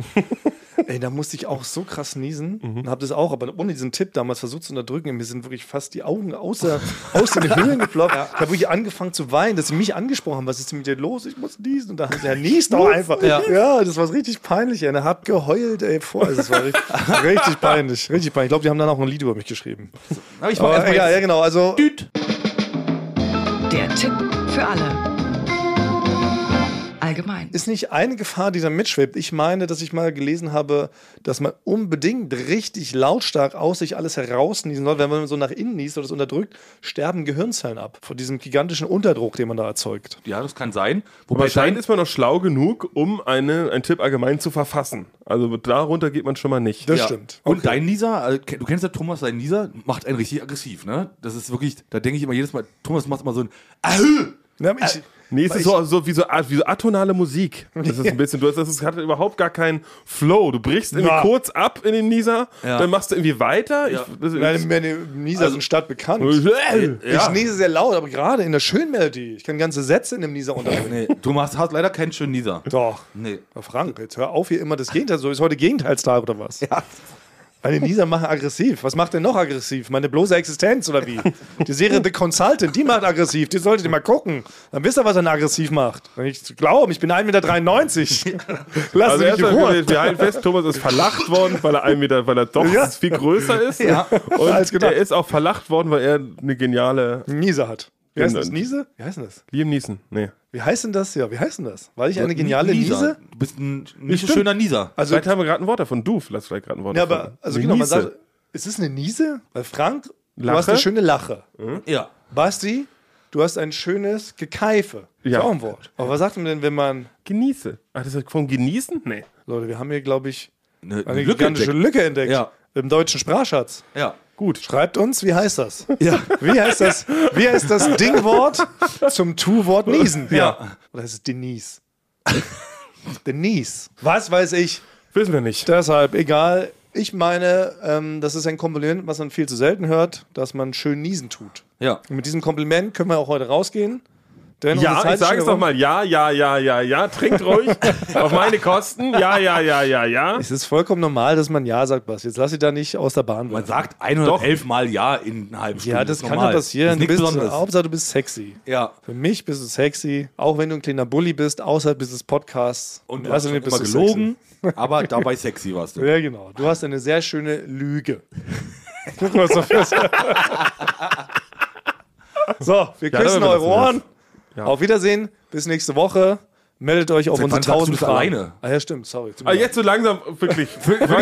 Speaker 3: Ey, da musste ich auch so krass niesen und
Speaker 2: Mhm.
Speaker 3: habe das auch, aber ohne diesen Tipp damals versucht zu unterdrücken. Mir sind wirklich fast die Augen außer, aus den
Speaker 2: [LAUGHS]
Speaker 3: Höhlen geploppt. Ich habe wirklich angefangen zu weinen, dass sie mich angesprochen haben. Was ist denn mit dir los? Ich muss niesen. Und da haben sie ja niest auch einfach. Ja. das war richtig peinlich. ey. Und Ich habe geheult, ey, vor. Also, das war richtig, [LAUGHS] richtig peinlich. Richtig peinlich. Ich glaube, die haben dann auch ein Lied über mich geschrieben.
Speaker 2: Aber ich mach
Speaker 3: Aber
Speaker 2: erst mal
Speaker 3: egal,
Speaker 2: jetzt-
Speaker 3: ja, genau. Also,
Speaker 5: Der Tipp für alle. Allgemein.
Speaker 3: ist nicht eine Gefahr, die da mitschwebt. Ich meine, dass ich mal gelesen habe, dass man unbedingt richtig lautstark aus sich alles herausniesen soll. Wenn man so nach innen niest oder es unterdrückt, sterben Gehirnzellen ab von diesem gigantischen Unterdruck, den man da erzeugt.
Speaker 2: Ja, das kann sein. Wobei
Speaker 4: Wahrscheinlich
Speaker 2: dein,
Speaker 4: ist man noch schlau genug, um eine, einen Tipp allgemein zu verfassen. Also darunter geht man schon mal nicht.
Speaker 3: Das
Speaker 2: ja.
Speaker 3: stimmt.
Speaker 2: Und dein Nisa, also, ke- du kennst ja Thomas, dein Nisa macht einen richtig aggressiv, ne? Das ist wirklich, da denke ich immer jedes Mal, Thomas macht immer so ein Ahö!
Speaker 3: Ja,
Speaker 4: Äh,
Speaker 3: aber ich,
Speaker 4: Nee, es ist so, so, wie so a- wie so atonale Musik. Das
Speaker 3: [LAUGHS]
Speaker 4: ist ein bisschen, du hast, das ist, hat überhaupt gar keinen Flow. Du brichst irgendwie
Speaker 3: Ja.
Speaker 4: kurz ab in den Nieser,
Speaker 2: Ja.
Speaker 4: dann machst du irgendwie weiter.
Speaker 2: Ja.
Speaker 4: Ich, das, also Äh,
Speaker 3: Nein, meine Nieser sind stark bekannt.
Speaker 4: Ja.
Speaker 3: Ich niese sehr laut, aber gerade in der Schönmelodie. Ich kann ganze Sätze in dem Nieser
Speaker 4: [LAUGHS]
Speaker 3: unterbringen.
Speaker 2: Nee, du machst, hast leider keinen schönen Nisa.
Speaker 3: Doch.
Speaker 2: Nee.
Speaker 3: Na, Frank, jetzt hör auf hier immer das Gegenteil. So ist heute Gegenteilstag oder
Speaker 4: [LAUGHS]
Speaker 3: was? Ja. Meine Nieser machen aggressiv. Was macht denn noch aggressiv? Meine bloße Existenz oder
Speaker 4: [LAUGHS]
Speaker 3: wie? Die Serie The Consultant, die macht aggressiv. Die solltet ihr mal gucken. Dann wisst ihr, was er aggressiv macht. Wenn ich glaube, ich bin
Speaker 4: [LAUGHS]
Speaker 3: 1,93 Meter. Lass
Speaker 4: also
Speaker 3: mich in
Speaker 4: erstmal,
Speaker 3: Ruhe.
Speaker 4: wir, wir halten fest, Thomas ist verlacht worden, weil er ein Meter, weil er doch
Speaker 3: Ja.
Speaker 4: viel größer ist.
Speaker 3: Ja.
Speaker 4: Und
Speaker 3: Als genau. gedacht.
Speaker 4: er ist auch verlacht worden, weil er eine geniale
Speaker 3: Nieser hat. Wie heißt
Speaker 4: Bin-
Speaker 3: das? Niese? Wie heißt denn das?
Speaker 4: Liam Neeson. Nee.
Speaker 3: Wie heißt denn das? Ja, wie heißt denn das? War ich eine geniale
Speaker 2: Nisa.
Speaker 3: Niese?
Speaker 2: Du bist ein nicht so schöner Nisa.
Speaker 3: Also,
Speaker 4: vielleicht haben wir gerade ein Wort davon. Du, vielleicht vielleicht gerade ein Wort
Speaker 3: ja,
Speaker 4: davon.
Speaker 3: aber, also
Speaker 4: Eine
Speaker 3: genau, man
Speaker 4: Niese.
Speaker 3: sagt, ist es eine Niese? Weil Frank, du
Speaker 4: Lache?
Speaker 3: hast eine schöne Lache.
Speaker 2: Ja.
Speaker 3: Basti, du hast ein schönes Gekeife. Ist
Speaker 4: Ja.
Speaker 3: auch ein Wort. Aber was sagt man denn, wenn man.
Speaker 4: Genieße. Ach, das ist vom Genießen? Nee.
Speaker 3: Leute, wir haben hier, glaube ich,
Speaker 2: Eine,
Speaker 3: eine
Speaker 2: eine Lücke
Speaker 3: gigantische
Speaker 2: entdeckt.
Speaker 3: Lücke entdeckt.
Speaker 2: Ja.
Speaker 3: Im deutschen Sprachschatz.
Speaker 2: Ja.
Speaker 3: Gut. Schreibt uns, wie heißt das? Ja. Wie heißt das, wie heißt das Dingwort zum Tu-Wort Niesen?
Speaker 2: Ja.
Speaker 3: Oder heißt es Denise? [LAUGHS] Denise. Was weiß ich.
Speaker 4: Wissen wir nicht.
Speaker 3: Deshalb, egal. Ich meine, ähm, das ist ein Kompliment, was man viel zu selten hört, dass man schön niesen tut.
Speaker 2: Ja.
Speaker 3: Und mit diesem Kompliment können wir auch heute rausgehen. Denn unsere
Speaker 4: Ja,
Speaker 3: Zeit
Speaker 4: ich
Speaker 3: ist schon
Speaker 4: sage es
Speaker 3: herum.
Speaker 4: nochmal. Ja, ja, ja, ja, ja. Trinkt ruhig.
Speaker 3: [LAUGHS]
Speaker 4: auf meine Kosten. Ja, ja, ja, ja, ja.
Speaker 3: Es ist vollkommen normal, dass man Ja sagt, Basti. Jetzt lass sie da nicht aus der Bahn
Speaker 2: Man
Speaker 3: bleiben.
Speaker 2: sagt 111 Mal Ja in einer halben Stunde.
Speaker 3: Ja, das kann ja
Speaker 2: normal. Das
Speaker 3: passieren. Du
Speaker 2: ist nichts
Speaker 3: bist,
Speaker 2: Besonderes.
Speaker 3: Hauptsache, du bist sexy.
Speaker 2: Ja.
Speaker 3: Für mich bist du sexy, auch wenn du ein kleiner Bully bist, außerhalb dieses Podcasts.
Speaker 2: Und du
Speaker 3: Also,
Speaker 2: hast schon
Speaker 3: nee, bist
Speaker 2: immer
Speaker 3: du
Speaker 2: gelogen, aber dabei sexy warst
Speaker 4: [LAUGHS]
Speaker 3: Sexy.
Speaker 2: du.
Speaker 3: Ja, genau. Du hast eine sehr schöne Lüge. Guck mal, was da fest. So, wir
Speaker 4: damit
Speaker 3: küssen
Speaker 4: belassen
Speaker 3: eure
Speaker 4: wir
Speaker 3: Ohren. Auf Wiedersehen. Bis nächste Woche. Meldet euch auf
Speaker 2: Seit
Speaker 3: unsere
Speaker 2: wann sagst du
Speaker 3: 1000
Speaker 2: das
Speaker 3: Fragen.
Speaker 2: alleine?
Speaker 3: Ah, ja, stimmt. Sorry. tut mir
Speaker 4: Aber
Speaker 3: leid.
Speaker 4: jetzt so langsam, wirklich.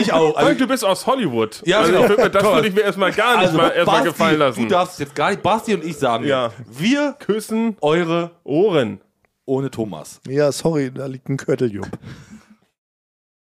Speaker 2: ich auch.
Speaker 4: Frank,
Speaker 2: Also-
Speaker 4: du bist aus Hollywood.
Speaker 2: Ja,
Speaker 4: also,
Speaker 2: genau.
Speaker 4: ich würd mir- das würde ich mir erstmal gar
Speaker 3: Also
Speaker 4: nicht mal, erstmal
Speaker 2: Basti,
Speaker 4: gefallen lassen.
Speaker 2: Du darfst jetzt gar nicht, Basti und ich sagen,
Speaker 4: Ja.
Speaker 2: wir
Speaker 4: Küssen
Speaker 2: eure
Speaker 4: Ohren.
Speaker 2: ohne Thomas.
Speaker 3: Ja, sorry, da liegt ein Körteljub.